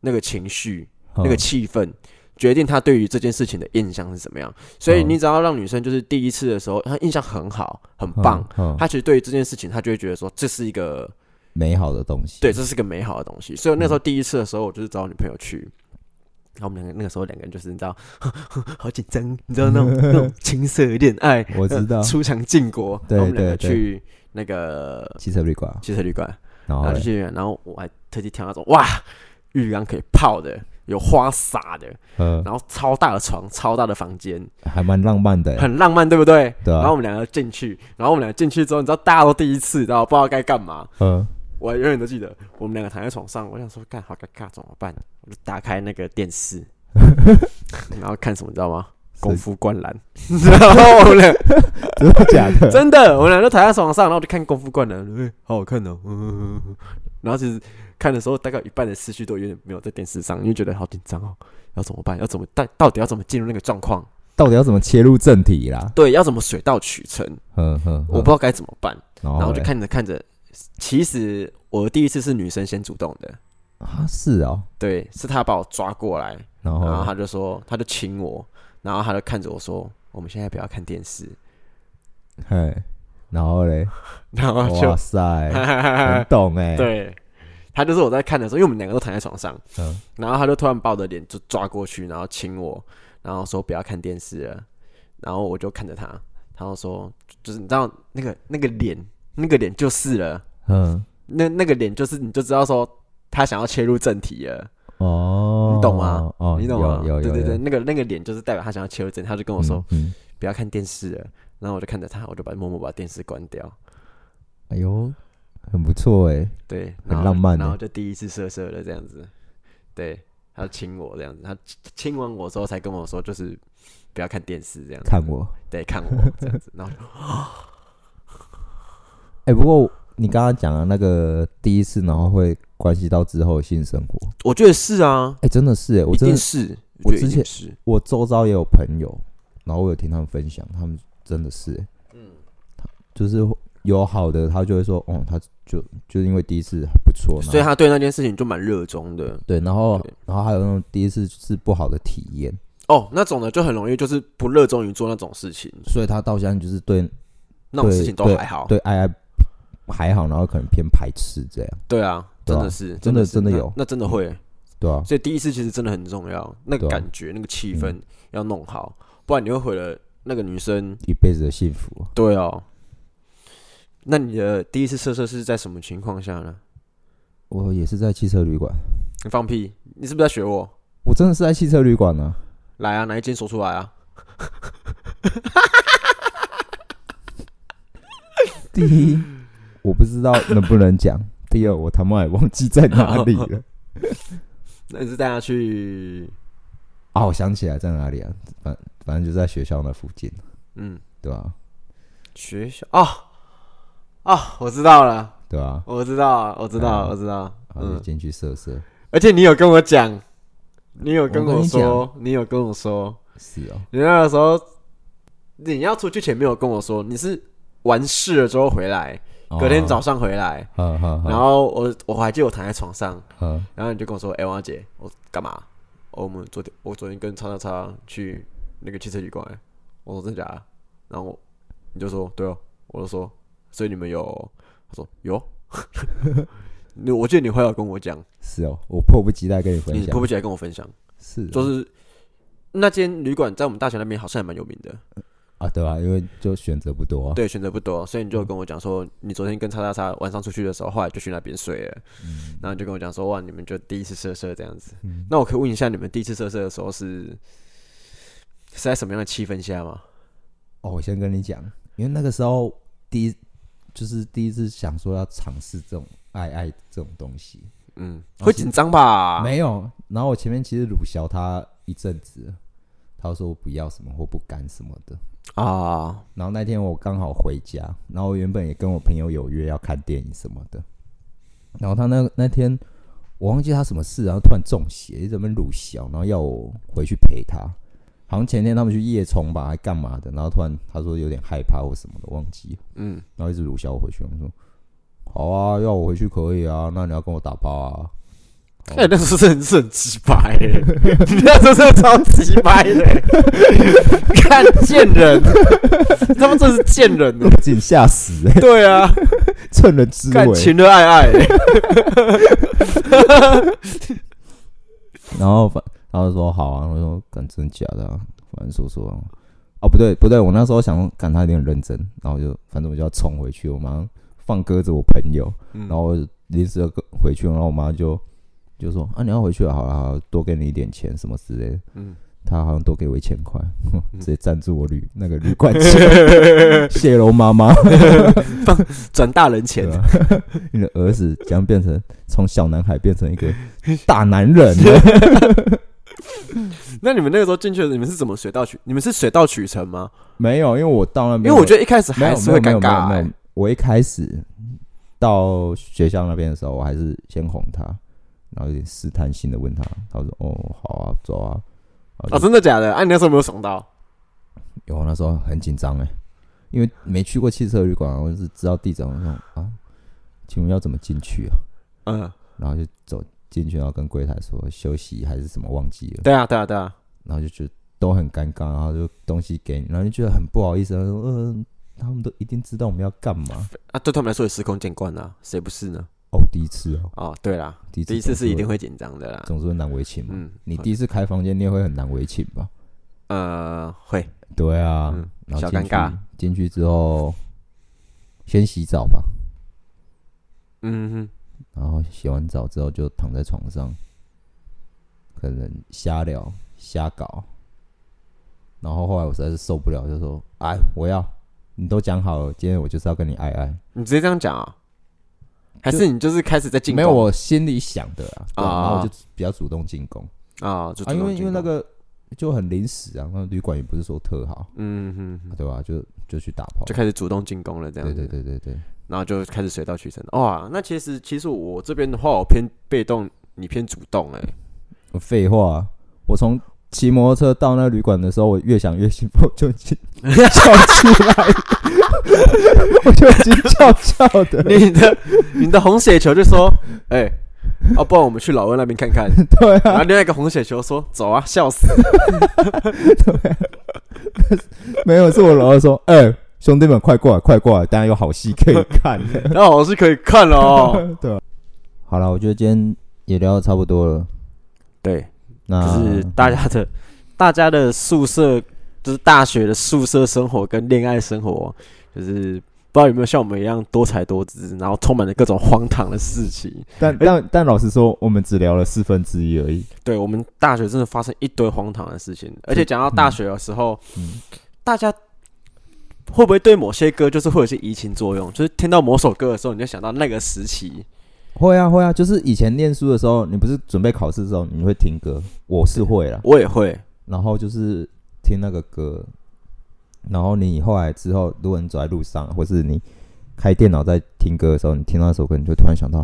Speaker 2: 那个情绪、那个
Speaker 1: 嗯
Speaker 2: 气氛，决定她对于这件事情的印象是怎么样。所以
Speaker 1: 嗯
Speaker 2: 你只要让女生就是第一次的时候，她印象很好、很棒，，
Speaker 1: 嗯嗯
Speaker 2: 她其实对于这件事情，她就会觉得说这是一个
Speaker 1: 美好的东西。
Speaker 2: 对，，这是个美好的东
Speaker 1: 嗯
Speaker 2: 西。所以那时候第一次的时候，我就是找我女朋友去，然后我们两个那个时候两个人就是你知道，好紧张，你知道那种那种青涩恋爱，
Speaker 1: 我知道
Speaker 2: 呃出墙进国，
Speaker 1: 对
Speaker 2: 然后我们两个
Speaker 1: 嗯对对
Speaker 2: 去那个
Speaker 1: 汽车旅馆啊，
Speaker 2: 汽车旅馆，
Speaker 1: 然
Speaker 2: 然
Speaker 1: 后
Speaker 2: 后
Speaker 1: 嘞
Speaker 2: 就去，然后我还特地挑那种哇，浴缸可以泡的，有花洒的，
Speaker 1: 呃，
Speaker 2: 然后超大的床，超大的房间，
Speaker 1: 还蛮浪漫的欸，
Speaker 2: 很浪漫，对不对？
Speaker 1: 对
Speaker 2: 然后
Speaker 1: 啊
Speaker 2: 我，们两个进去，然后我们俩进去之后，你知道大家都第一次，然后不知道该干嘛，
Speaker 1: 嗯，
Speaker 2: 我永远都记得，我们两个躺在床上，我想说，干好尴尬，怎么办？我就打开那个电视，然后看什么，你知道吗？功夫灌篮。 [LAUGHS] 然后我们俩
Speaker 1: 真的假
Speaker 2: [LAUGHS]
Speaker 1: 的？ [LAUGHS]
Speaker 2: 真的，我们俩就躺在床上，然后我就看功夫灌篮，哎、好好看哦。嗯嗯嗯嗯然后其实看的时候，大概有一半的思绪都有点没有在电视上，因为觉得好紧张哦，要怎么办？要怎么到到底要怎么进入那个状况？
Speaker 1: 到底要怎么切入正题啦？
Speaker 2: 对，要怎么水到渠成？
Speaker 1: 嗯哦哎哼，
Speaker 2: 我不知道该怎么办。
Speaker 1: 然
Speaker 2: 然后
Speaker 1: 后
Speaker 2: 就
Speaker 1: 嘞
Speaker 2: 看着看着，其实我第一次是女生先主动的。
Speaker 1: 啊，是哦，
Speaker 2: 对，是他把我抓过来，
Speaker 1: 然
Speaker 2: 然后
Speaker 1: 后
Speaker 2: 他就说，他就亲我，然后他就看着我说，我们现在不要看电视，
Speaker 1: 嘿，然后嘞，
Speaker 2: 然后就
Speaker 1: 哇，
Speaker 2: [LAUGHS]
Speaker 1: 塞，很懂哎，，
Speaker 2: 对，他就是我在看的时候，因为我们两个都躺在床上，
Speaker 1: 嗯
Speaker 2: 然后他就突然把我的脸就抓过去，然后亲我，然后说不要看电视了，然后我就看着他，然后说，就是你知道那个那个脸，那个脸就是了，
Speaker 1: 嗯，
Speaker 2: 那那个脸就是你就知道说他想要切入正题了。
Speaker 1: 哦，
Speaker 2: 你懂吗？
Speaker 1: 哦，
Speaker 2: 你懂吗？
Speaker 1: 有有有，
Speaker 2: 对对对，
Speaker 1: 有，
Speaker 2: 那个那个脸就是代表他想要切入正题，他就跟我说、
Speaker 1: 嗯，嗯
Speaker 2: 不要看电视了。然后我就看着他，我就把默默把电视关掉。
Speaker 1: 哎呦，很不错哎，
Speaker 2: 对，
Speaker 1: 很
Speaker 2: 然后
Speaker 1: 浪漫
Speaker 2: 然
Speaker 1: 欸
Speaker 2: 后就第一次色色的这样子，对，他亲我这样子，他亲亲完我之后才跟我说，就是不要看电视这样子，
Speaker 1: 看我，
Speaker 2: 对，看我这样子。然后
Speaker 1: 哎，不过你刚刚讲的那个第一次，然后会关系到之后的性生活，
Speaker 2: 我觉得是啊，
Speaker 1: 哎，真的是哎，我
Speaker 2: 一
Speaker 1: 真
Speaker 2: 定
Speaker 1: 的
Speaker 2: 是，
Speaker 1: 我
Speaker 2: 觉得
Speaker 1: 之
Speaker 2: 一定
Speaker 1: 前
Speaker 2: 是，
Speaker 1: 我周遭也有朋友，然后我有听他们分享，他们真的是，嗯，就是有好的，他就会说，哦，他就就是因为第一次不错，
Speaker 2: 所以
Speaker 1: 然后
Speaker 2: 他对那件事情就蛮热衷的。
Speaker 1: 对，然后
Speaker 2: 对
Speaker 1: 然后还有那种第一次是不好的体验，
Speaker 2: 哦，那种的就很容易就是不热衷于做那种事情，
Speaker 1: 所以他到现在就是对
Speaker 2: 那种事情都还好。
Speaker 1: 对爱爱还好，然后可能偏排斥这样，
Speaker 2: 对啊，
Speaker 1: 对
Speaker 2: 真
Speaker 1: 啊
Speaker 2: 的是，
Speaker 1: 真的
Speaker 2: 是
Speaker 1: 真的
Speaker 2: 那
Speaker 1: 有
Speaker 2: 那真的会。
Speaker 1: 对啊，
Speaker 2: 所以第一次其实真的很重要，那个
Speaker 1: 对啊
Speaker 2: 感觉、那个气氛要弄好，不然你会毁了那个女生。
Speaker 1: 一辈子的幸福，
Speaker 2: 对哦，那你的第一次色色是在什么情况下呢？
Speaker 1: 我也是在汽车旅馆，
Speaker 2: 你放屁！你是不是在学我？
Speaker 1: 我真的是在汽车旅馆呢、
Speaker 2: 啊来啊，哪一间说出来啊？
Speaker 1: 第一，我不知道能不能讲；第二，我他妈也忘记在哪里
Speaker 2: [LAUGHS]
Speaker 1: 了。
Speaker 2: 那你是带他去，
Speaker 1: 啊，我想起来在哪里啊？反反正就在学校那附近，
Speaker 2: 嗯，
Speaker 1: 对吧、
Speaker 2: 学校哦哦，我知道了，
Speaker 1: 对吧、啊？
Speaker 2: 我知道了，我知道了，
Speaker 1: 嗯
Speaker 2: 我知道了，
Speaker 1: 然后就
Speaker 2: 嗯，
Speaker 1: 进去射射。
Speaker 2: 而且你有跟我讲，你有跟
Speaker 1: 我跟你
Speaker 2: 说，你有跟我说，
Speaker 1: 是哦，
Speaker 2: 你那个时候你要出去前没有跟我说，你是完事了之后回来，嗯隔天早上回来，
Speaker 1: 哦，好好
Speaker 2: 然
Speaker 1: 好，
Speaker 2: 后我我还记得我躺在床上，
Speaker 1: 嗯
Speaker 2: 然后你就跟我说：“哎、王小姐，我干嘛？哦，我们昨天我昨天跟叉叉叉去那个汽车旅馆、欸。”我说：“真的假的？”然后我你就说：“对哦。”我就说：“所以你们有？”他说：“有。” [LAUGHS] 你我记得你后来有跟我讲，
Speaker 1: 是哦，我迫不及待跟你分
Speaker 2: 你
Speaker 1: 享
Speaker 2: 迫。不及待跟我分享，
Speaker 1: 是哦，
Speaker 2: 就是那间旅馆在我们大学那边好像也蛮有名的，
Speaker 1: 啊，对啊，因为就选择不多啊。
Speaker 2: 对，选择不多，所以你
Speaker 1: 嗯
Speaker 2: 就有跟我讲说，你昨天跟叉叉叉晚上出去的时候，后来就去那边睡了，
Speaker 1: 嗯
Speaker 2: 然后你就跟我讲说，哇，你们就第一次射射这样子。那我可以问一下，你们第一次射射的时候是是在什么样的气氛下吗？
Speaker 1: 哦，我先跟你讲，因为那个时候第一就是第一次想说要尝试这种爱爱这种东西，
Speaker 2: 嗯，会紧张吧？
Speaker 1: 哦没有。然后我前面其实鲁小他一阵子了，他说我不要什么或不敢什么的。
Speaker 2: 啊，
Speaker 1: 然后那天我刚好回家，然后我原本也跟我朋友有约要看电影什么的，然后他那那天我忘记他什么事，然后突然中邪，一直在那边鲁小，然后要我回去陪他。好像前天他们去夜冲吧，还干嘛的？然后突然他说有点害怕或什么的，忘记了。
Speaker 2: 嗯，
Speaker 1: 然后一直鲁小我回去，我说好啊，要我回去可以啊，那你要跟我打包 [LAUGHS] 啊。
Speaker 2: 哎、那时候是很是很直白、欸，
Speaker 1: [LAUGHS]
Speaker 2: 你那时候真的超直白的、看贱人，他们真是贱人呢。
Speaker 1: 紧吓死、欸，
Speaker 2: 对啊，
Speaker 1: [LAUGHS] 趁人之
Speaker 2: 看
Speaker 1: 危。
Speaker 2: 情热爱爱、
Speaker 1: [LAUGHS]
Speaker 2: 欸，
Speaker 1: 然后反，然后说好啊，我说干真假的、啊，反正说说啊、哦不对不对，我那时候想干他有点认真，然后我就反正我就要冲回去，我马上放鸽子我朋友，
Speaker 2: 嗯
Speaker 1: 然后我临时要跟回去，然后我妈就就说啊你要回去了，好了好了，多给你一点钱什么之类的，
Speaker 2: 嗯。
Speaker 1: 她好像多给我一千块， [LAUGHS] 哼
Speaker 2: 嗯
Speaker 1: 直接赞助我旅那个旅馆钱， [LAUGHS] 谢喽妈妈，
Speaker 2: 转大人钱
Speaker 1: 对，吧？你的儿子 [LAUGHS] 将变成从小男孩变成一个大男
Speaker 2: [LAUGHS]
Speaker 1: 人了。
Speaker 2: 那你们那个时候进去，的，你们是怎么水到渠？你们是水到渠成吗？
Speaker 1: [LAUGHS] 没有，因为我到那
Speaker 2: 因
Speaker 1: 边，
Speaker 2: 为我觉得一开始
Speaker 1: 没有
Speaker 2: 还是会
Speaker 1: 没
Speaker 2: 尴
Speaker 1: 有没有
Speaker 2: 尬、
Speaker 1: 没有
Speaker 2: 欸
Speaker 1: 没有。我一开始到学校那边的时候，我还是先哄他，然后有点试探性的问他，他说：“哦，好啊，走啊。”
Speaker 2: 哦，真的假的？啊，你那时候有没有爽到？
Speaker 1: 有我那时候很紧张哎，因为没去过汽车旅馆，啊我就是知道地址，我说啊，请问要怎么进去啊？
Speaker 2: 嗯，
Speaker 1: 然后就走进去，然后跟柜台说休息还是什么忘记了，
Speaker 2: 对啊，对啊，对啊。
Speaker 1: 然后就觉得都很尴尬，然后就东西给你，然后就觉得很不好意思，然后说嗯、他们都一定知道我们要干
Speaker 2: [LAUGHS]
Speaker 1: 嘛。
Speaker 2: 啊，对他们来说也司空见惯啦，谁不是呢？
Speaker 1: 哦，第一次哦，
Speaker 2: 哦，对啦，
Speaker 1: 第一次
Speaker 2: 第一次
Speaker 1: 总
Speaker 2: 是一
Speaker 1: 会
Speaker 2: 定会紧张的啦。
Speaker 1: 总是会难为情嘛。
Speaker 2: 嗯，
Speaker 1: 你第一次开房间，你也会很难为情吧？
Speaker 2: 呃会，
Speaker 1: 对啊，
Speaker 2: 嗯
Speaker 1: 然后
Speaker 2: 小
Speaker 1: 进
Speaker 2: 尴
Speaker 1: 去
Speaker 2: 尬。
Speaker 1: 进去之后，先洗澡吧，
Speaker 2: 嗯哼，
Speaker 1: 然后洗完澡之后就躺在床上，可能瞎聊瞎搞。然后后来我实在是受不了，就说：“哎，我要，你都讲好了，今天我就是要跟你爱爱。
Speaker 2: 你直接这样讲啊？还是你就是开始在”进攻？
Speaker 1: 没有，我心里想的啊，对
Speaker 2: 啊
Speaker 1: 然后我就比较主动进攻
Speaker 2: 啊，就
Speaker 1: 啊，
Speaker 2: 主
Speaker 1: 因
Speaker 2: 动
Speaker 1: 为因为
Speaker 2: 进
Speaker 1: 那
Speaker 2: 攻，
Speaker 1: 个就很临时啊，那旅馆也不是说特好，
Speaker 2: 嗯哼哼，
Speaker 1: 对吧、就就去打炮
Speaker 2: 就，开始主动进攻了，这样
Speaker 1: 对
Speaker 2: 子。
Speaker 1: 对对对对。
Speaker 2: 然后就开始水到渠成。哇，那其实其实我这边的话，我偏被动，你偏主动哎、
Speaker 1: 我废话、啊我从骑摩托车到那旅馆的时候，我越想越兴奋，我就已经
Speaker 2: [LAUGHS]
Speaker 1: 翘起来了，我就已经翘翘的。
Speaker 2: [LAUGHS] 你的你的红血球就说，
Speaker 1: [LAUGHS]
Speaker 2: 哎、哦，不然我们去老温那边看看。
Speaker 1: 对
Speaker 2: 然后
Speaker 1: 啊，
Speaker 2: 另外一个红血球说，走啊，笑死。
Speaker 1: 没有，是我老二说，哎、兄弟们快过来，快过来，当然有好戏可以
Speaker 2: [LAUGHS]
Speaker 1: 看。
Speaker 2: 那我是可以看了哦。
Speaker 1: [LAUGHS] 对、好了，我觉得今天也聊的差不多了。
Speaker 2: 对，就
Speaker 1: 那
Speaker 2: 是大家的大家的宿舍，就是大学的宿舍生活跟恋爱生活，就是。不知道有没有像我们一样多才多姿，然后充满了各种荒唐的事情。
Speaker 1: 但但但老实说，我们只聊了四分之一而已。
Speaker 2: 对我们大学真的发生一堆荒唐的事情，而且讲到大学的时候，
Speaker 1: 嗯
Speaker 2: 大家会不会对某些歌就是会有一些移情作用？就是听到某首歌的时候，你就想到那个时期。
Speaker 1: 会啊会啊，就是以前念书的时候，你不是准备考试的时候你会听歌，我是会啦，
Speaker 2: 我也会，
Speaker 1: 然后就是听那个歌，然后你后来之后，如果你走在路上，或是你开电脑在听歌的时候，你听到那首歌，你就突然想到，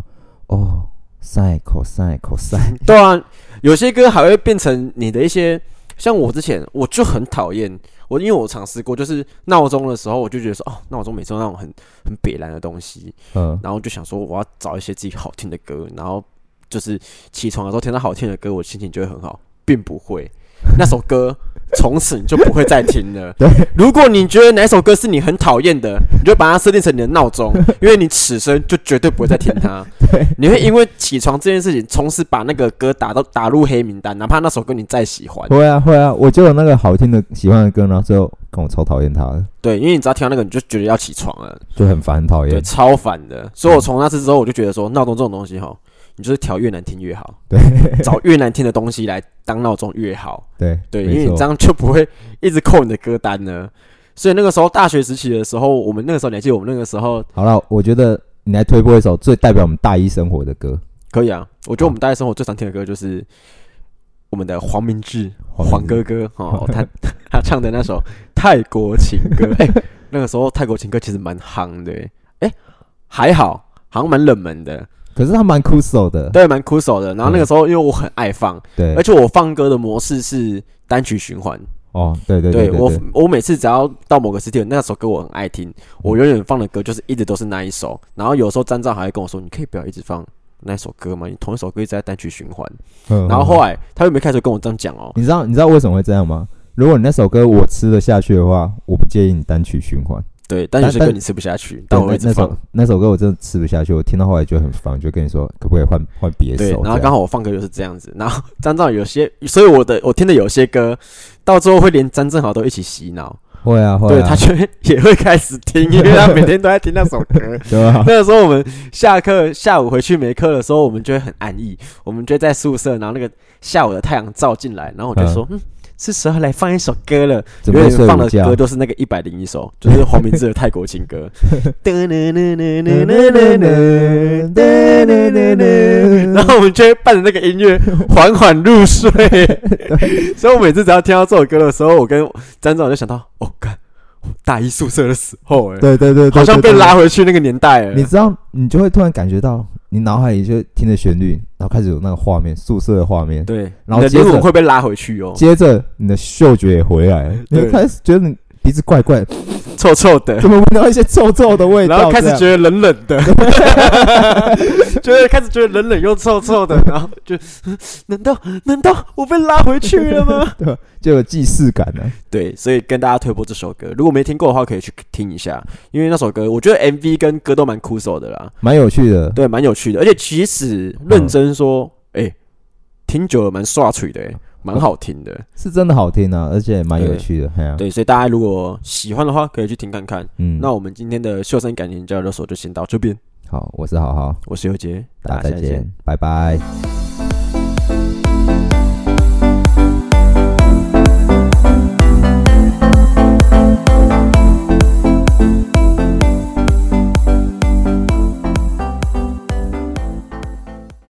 Speaker 1: 哦，sin cos cos，
Speaker 2: 对啊，有些歌还会变成你的一些，像我之前我就很讨厌我，因为我尝试过，就是闹钟的时候，我就觉得说，哦，闹钟每次都那种很很北蓝的东西， [LAUGHS]
Speaker 1: 嗯，
Speaker 2: 然后就想说我要找一些自己好听的歌，然后就是起床的时候听到好听的歌，我心情就会很好，并不会那首歌从此你就不会再听了。 [LAUGHS]
Speaker 1: 对，
Speaker 2: 如果你觉得哪首歌是你很讨厌的，你就把它设定成你的闹钟，因为你此生就绝 [LAUGHS] 对不会再听它。
Speaker 1: 对，
Speaker 2: 你会因为起床这件事情，从此把那个歌打到打入黑名单，哪怕那首歌你再喜欢。
Speaker 1: 会啊会啊，我就有那个好听的喜欢的歌，然后最后跟我超讨厌他的，
Speaker 2: 对，因为你只要听到那个，你就觉得要起床了。
Speaker 1: 就很烦很讨
Speaker 2: 对，
Speaker 1: 厌，
Speaker 2: 超烦的。所以
Speaker 1: 嗯
Speaker 2: 我从那次之后，我就觉得说，闹钟这种东西哈，你就是调越难听越好，
Speaker 1: [LAUGHS] 对
Speaker 2: 找越难听的东西来当闹钟越好，
Speaker 1: 对
Speaker 2: 对，因
Speaker 1: 没
Speaker 2: 为你
Speaker 1: 错
Speaker 2: 这样就不会一直扣你的歌单呢。所以那个时候大学时期的时候，我们那个时候你还记得我们那个时候
Speaker 1: 好了，我觉得你来推播一首最代表我们大一生活的歌，
Speaker 2: 可以啊，我觉得我们大学生活最常听的歌就是我们的黄明志、
Speaker 1: 黄明志
Speaker 2: 黄哥哥
Speaker 1: [LAUGHS]
Speaker 2: 哦，他他唱的那首泰国情歌，哎、那个时候泰国情歌其实蛮夯的、哎、还好，好像蛮冷门的。
Speaker 1: 可是他蛮酷手的，
Speaker 2: 对，蛮苦手的。然后那个时候，因为我很爱放，
Speaker 1: 嗯对
Speaker 2: 而，且我放歌的模式是单曲循环。
Speaker 1: 哦，对对对
Speaker 2: 我
Speaker 1: 对，，
Speaker 2: 我每次只要到某个时间，那首歌我很爱听，我
Speaker 1: 嗯
Speaker 2: 永远放的歌就是一直都是那一首。然后有时候张照还会跟我说：“你可以不要一直放那一首歌吗？你同一首歌一直在单曲循环。”
Speaker 1: 然
Speaker 2: 然后后来他又没开始跟我这样讲哦。
Speaker 1: 嗯你知道你知道为什么会这样吗？如果你那首歌我吃得下去的话，我不介意你单曲循环。
Speaker 2: 对，单曲是
Speaker 1: 但
Speaker 2: 歌你吃不下去，但我
Speaker 1: 那
Speaker 2: 会一
Speaker 1: 那
Speaker 2: 直放
Speaker 1: 首。那首歌我真的吃不下去，我听到后来觉得很烦，就跟你说可不可以换换别
Speaker 2: 对
Speaker 1: 首？，
Speaker 2: 然后刚
Speaker 1: 好
Speaker 2: 好我放歌就是这样子，然后张正豪有些，所以我的我听的有些歌，到最后会连张正豪都一起洗脑，
Speaker 1: 会啊会
Speaker 2: 对
Speaker 1: 啊，。
Speaker 2: 他就会也会开始 [LAUGHS] 听，因为他每天都在听那首歌
Speaker 1: 对啊，
Speaker 2: [LAUGHS] 那个时候我们下课下午回去没课的时候，我们就会很安逸，我们就在宿舍，然后那个下午的太阳照进来，然后我就说，嗯，是时候来放一首歌了。
Speaker 1: 准
Speaker 2: [LAUGHS] 因为
Speaker 1: 备睡
Speaker 2: 放的
Speaker 1: 午
Speaker 2: 歌
Speaker 1: 觉。
Speaker 2: 都是那个一百零一首，就是黄明志的泰国情歌。然后我们就会伴着那个音乐缓缓入睡。所以我每次只要听到这首歌的时候，我跟张总就想到，哦，干，我大一宿舍的时候、哎，
Speaker 1: 对对对，对
Speaker 2: 好像被。
Speaker 1: 对对
Speaker 2: 拉回去那个年代了
Speaker 1: 你。知道，你就会突然感觉到，你脑海里就听着旋律，然后开始有那个画面，宿舍的画面，
Speaker 2: 对，
Speaker 1: 然
Speaker 2: 你
Speaker 1: 后
Speaker 2: 的
Speaker 1: 接
Speaker 2: 灵魂
Speaker 1: 着
Speaker 2: 会被拉回去哦，
Speaker 1: 接着你的嗅觉也回来了，你
Speaker 2: 对
Speaker 1: 就开始觉得你鼻子怪怪，
Speaker 2: 臭臭的，
Speaker 1: 怎么闻到一些臭臭的味道？
Speaker 2: 然后开
Speaker 1: 这
Speaker 2: 始
Speaker 1: 样
Speaker 2: 觉得冷冷的， [LAUGHS] 觉得开始觉得冷冷又臭臭的，然后就 [LAUGHS] 嗯难道难道我被拉回去了吗？
Speaker 1: 对吧，就有既视感啊了。
Speaker 2: [LAUGHS] 对，所以跟大家推播这首歌，如果没听过的话，可以去听一下，因为那首歌我觉得 MV 跟歌都蛮酷手的啦，
Speaker 1: 蛮有趣的。
Speaker 2: 对，蛮有趣的，而且其实认真说，哎、听久了蛮刷嘴的、欸，蛮好听的。
Speaker 1: 是真的好听啊，而且也蛮有
Speaker 2: 对
Speaker 1: 趣的。嘿啊，
Speaker 2: 对，所以大家如果喜欢的话，可以去听看看。
Speaker 1: 嗯，
Speaker 2: 那我们今天的秀山感情交流所就先到这边，
Speaker 1: 好，我是好好，
Speaker 2: 我是尤杰，
Speaker 1: 大
Speaker 2: 下
Speaker 1: 家再
Speaker 2: 次
Speaker 1: 见，拜拜。
Speaker 2: 拜拜。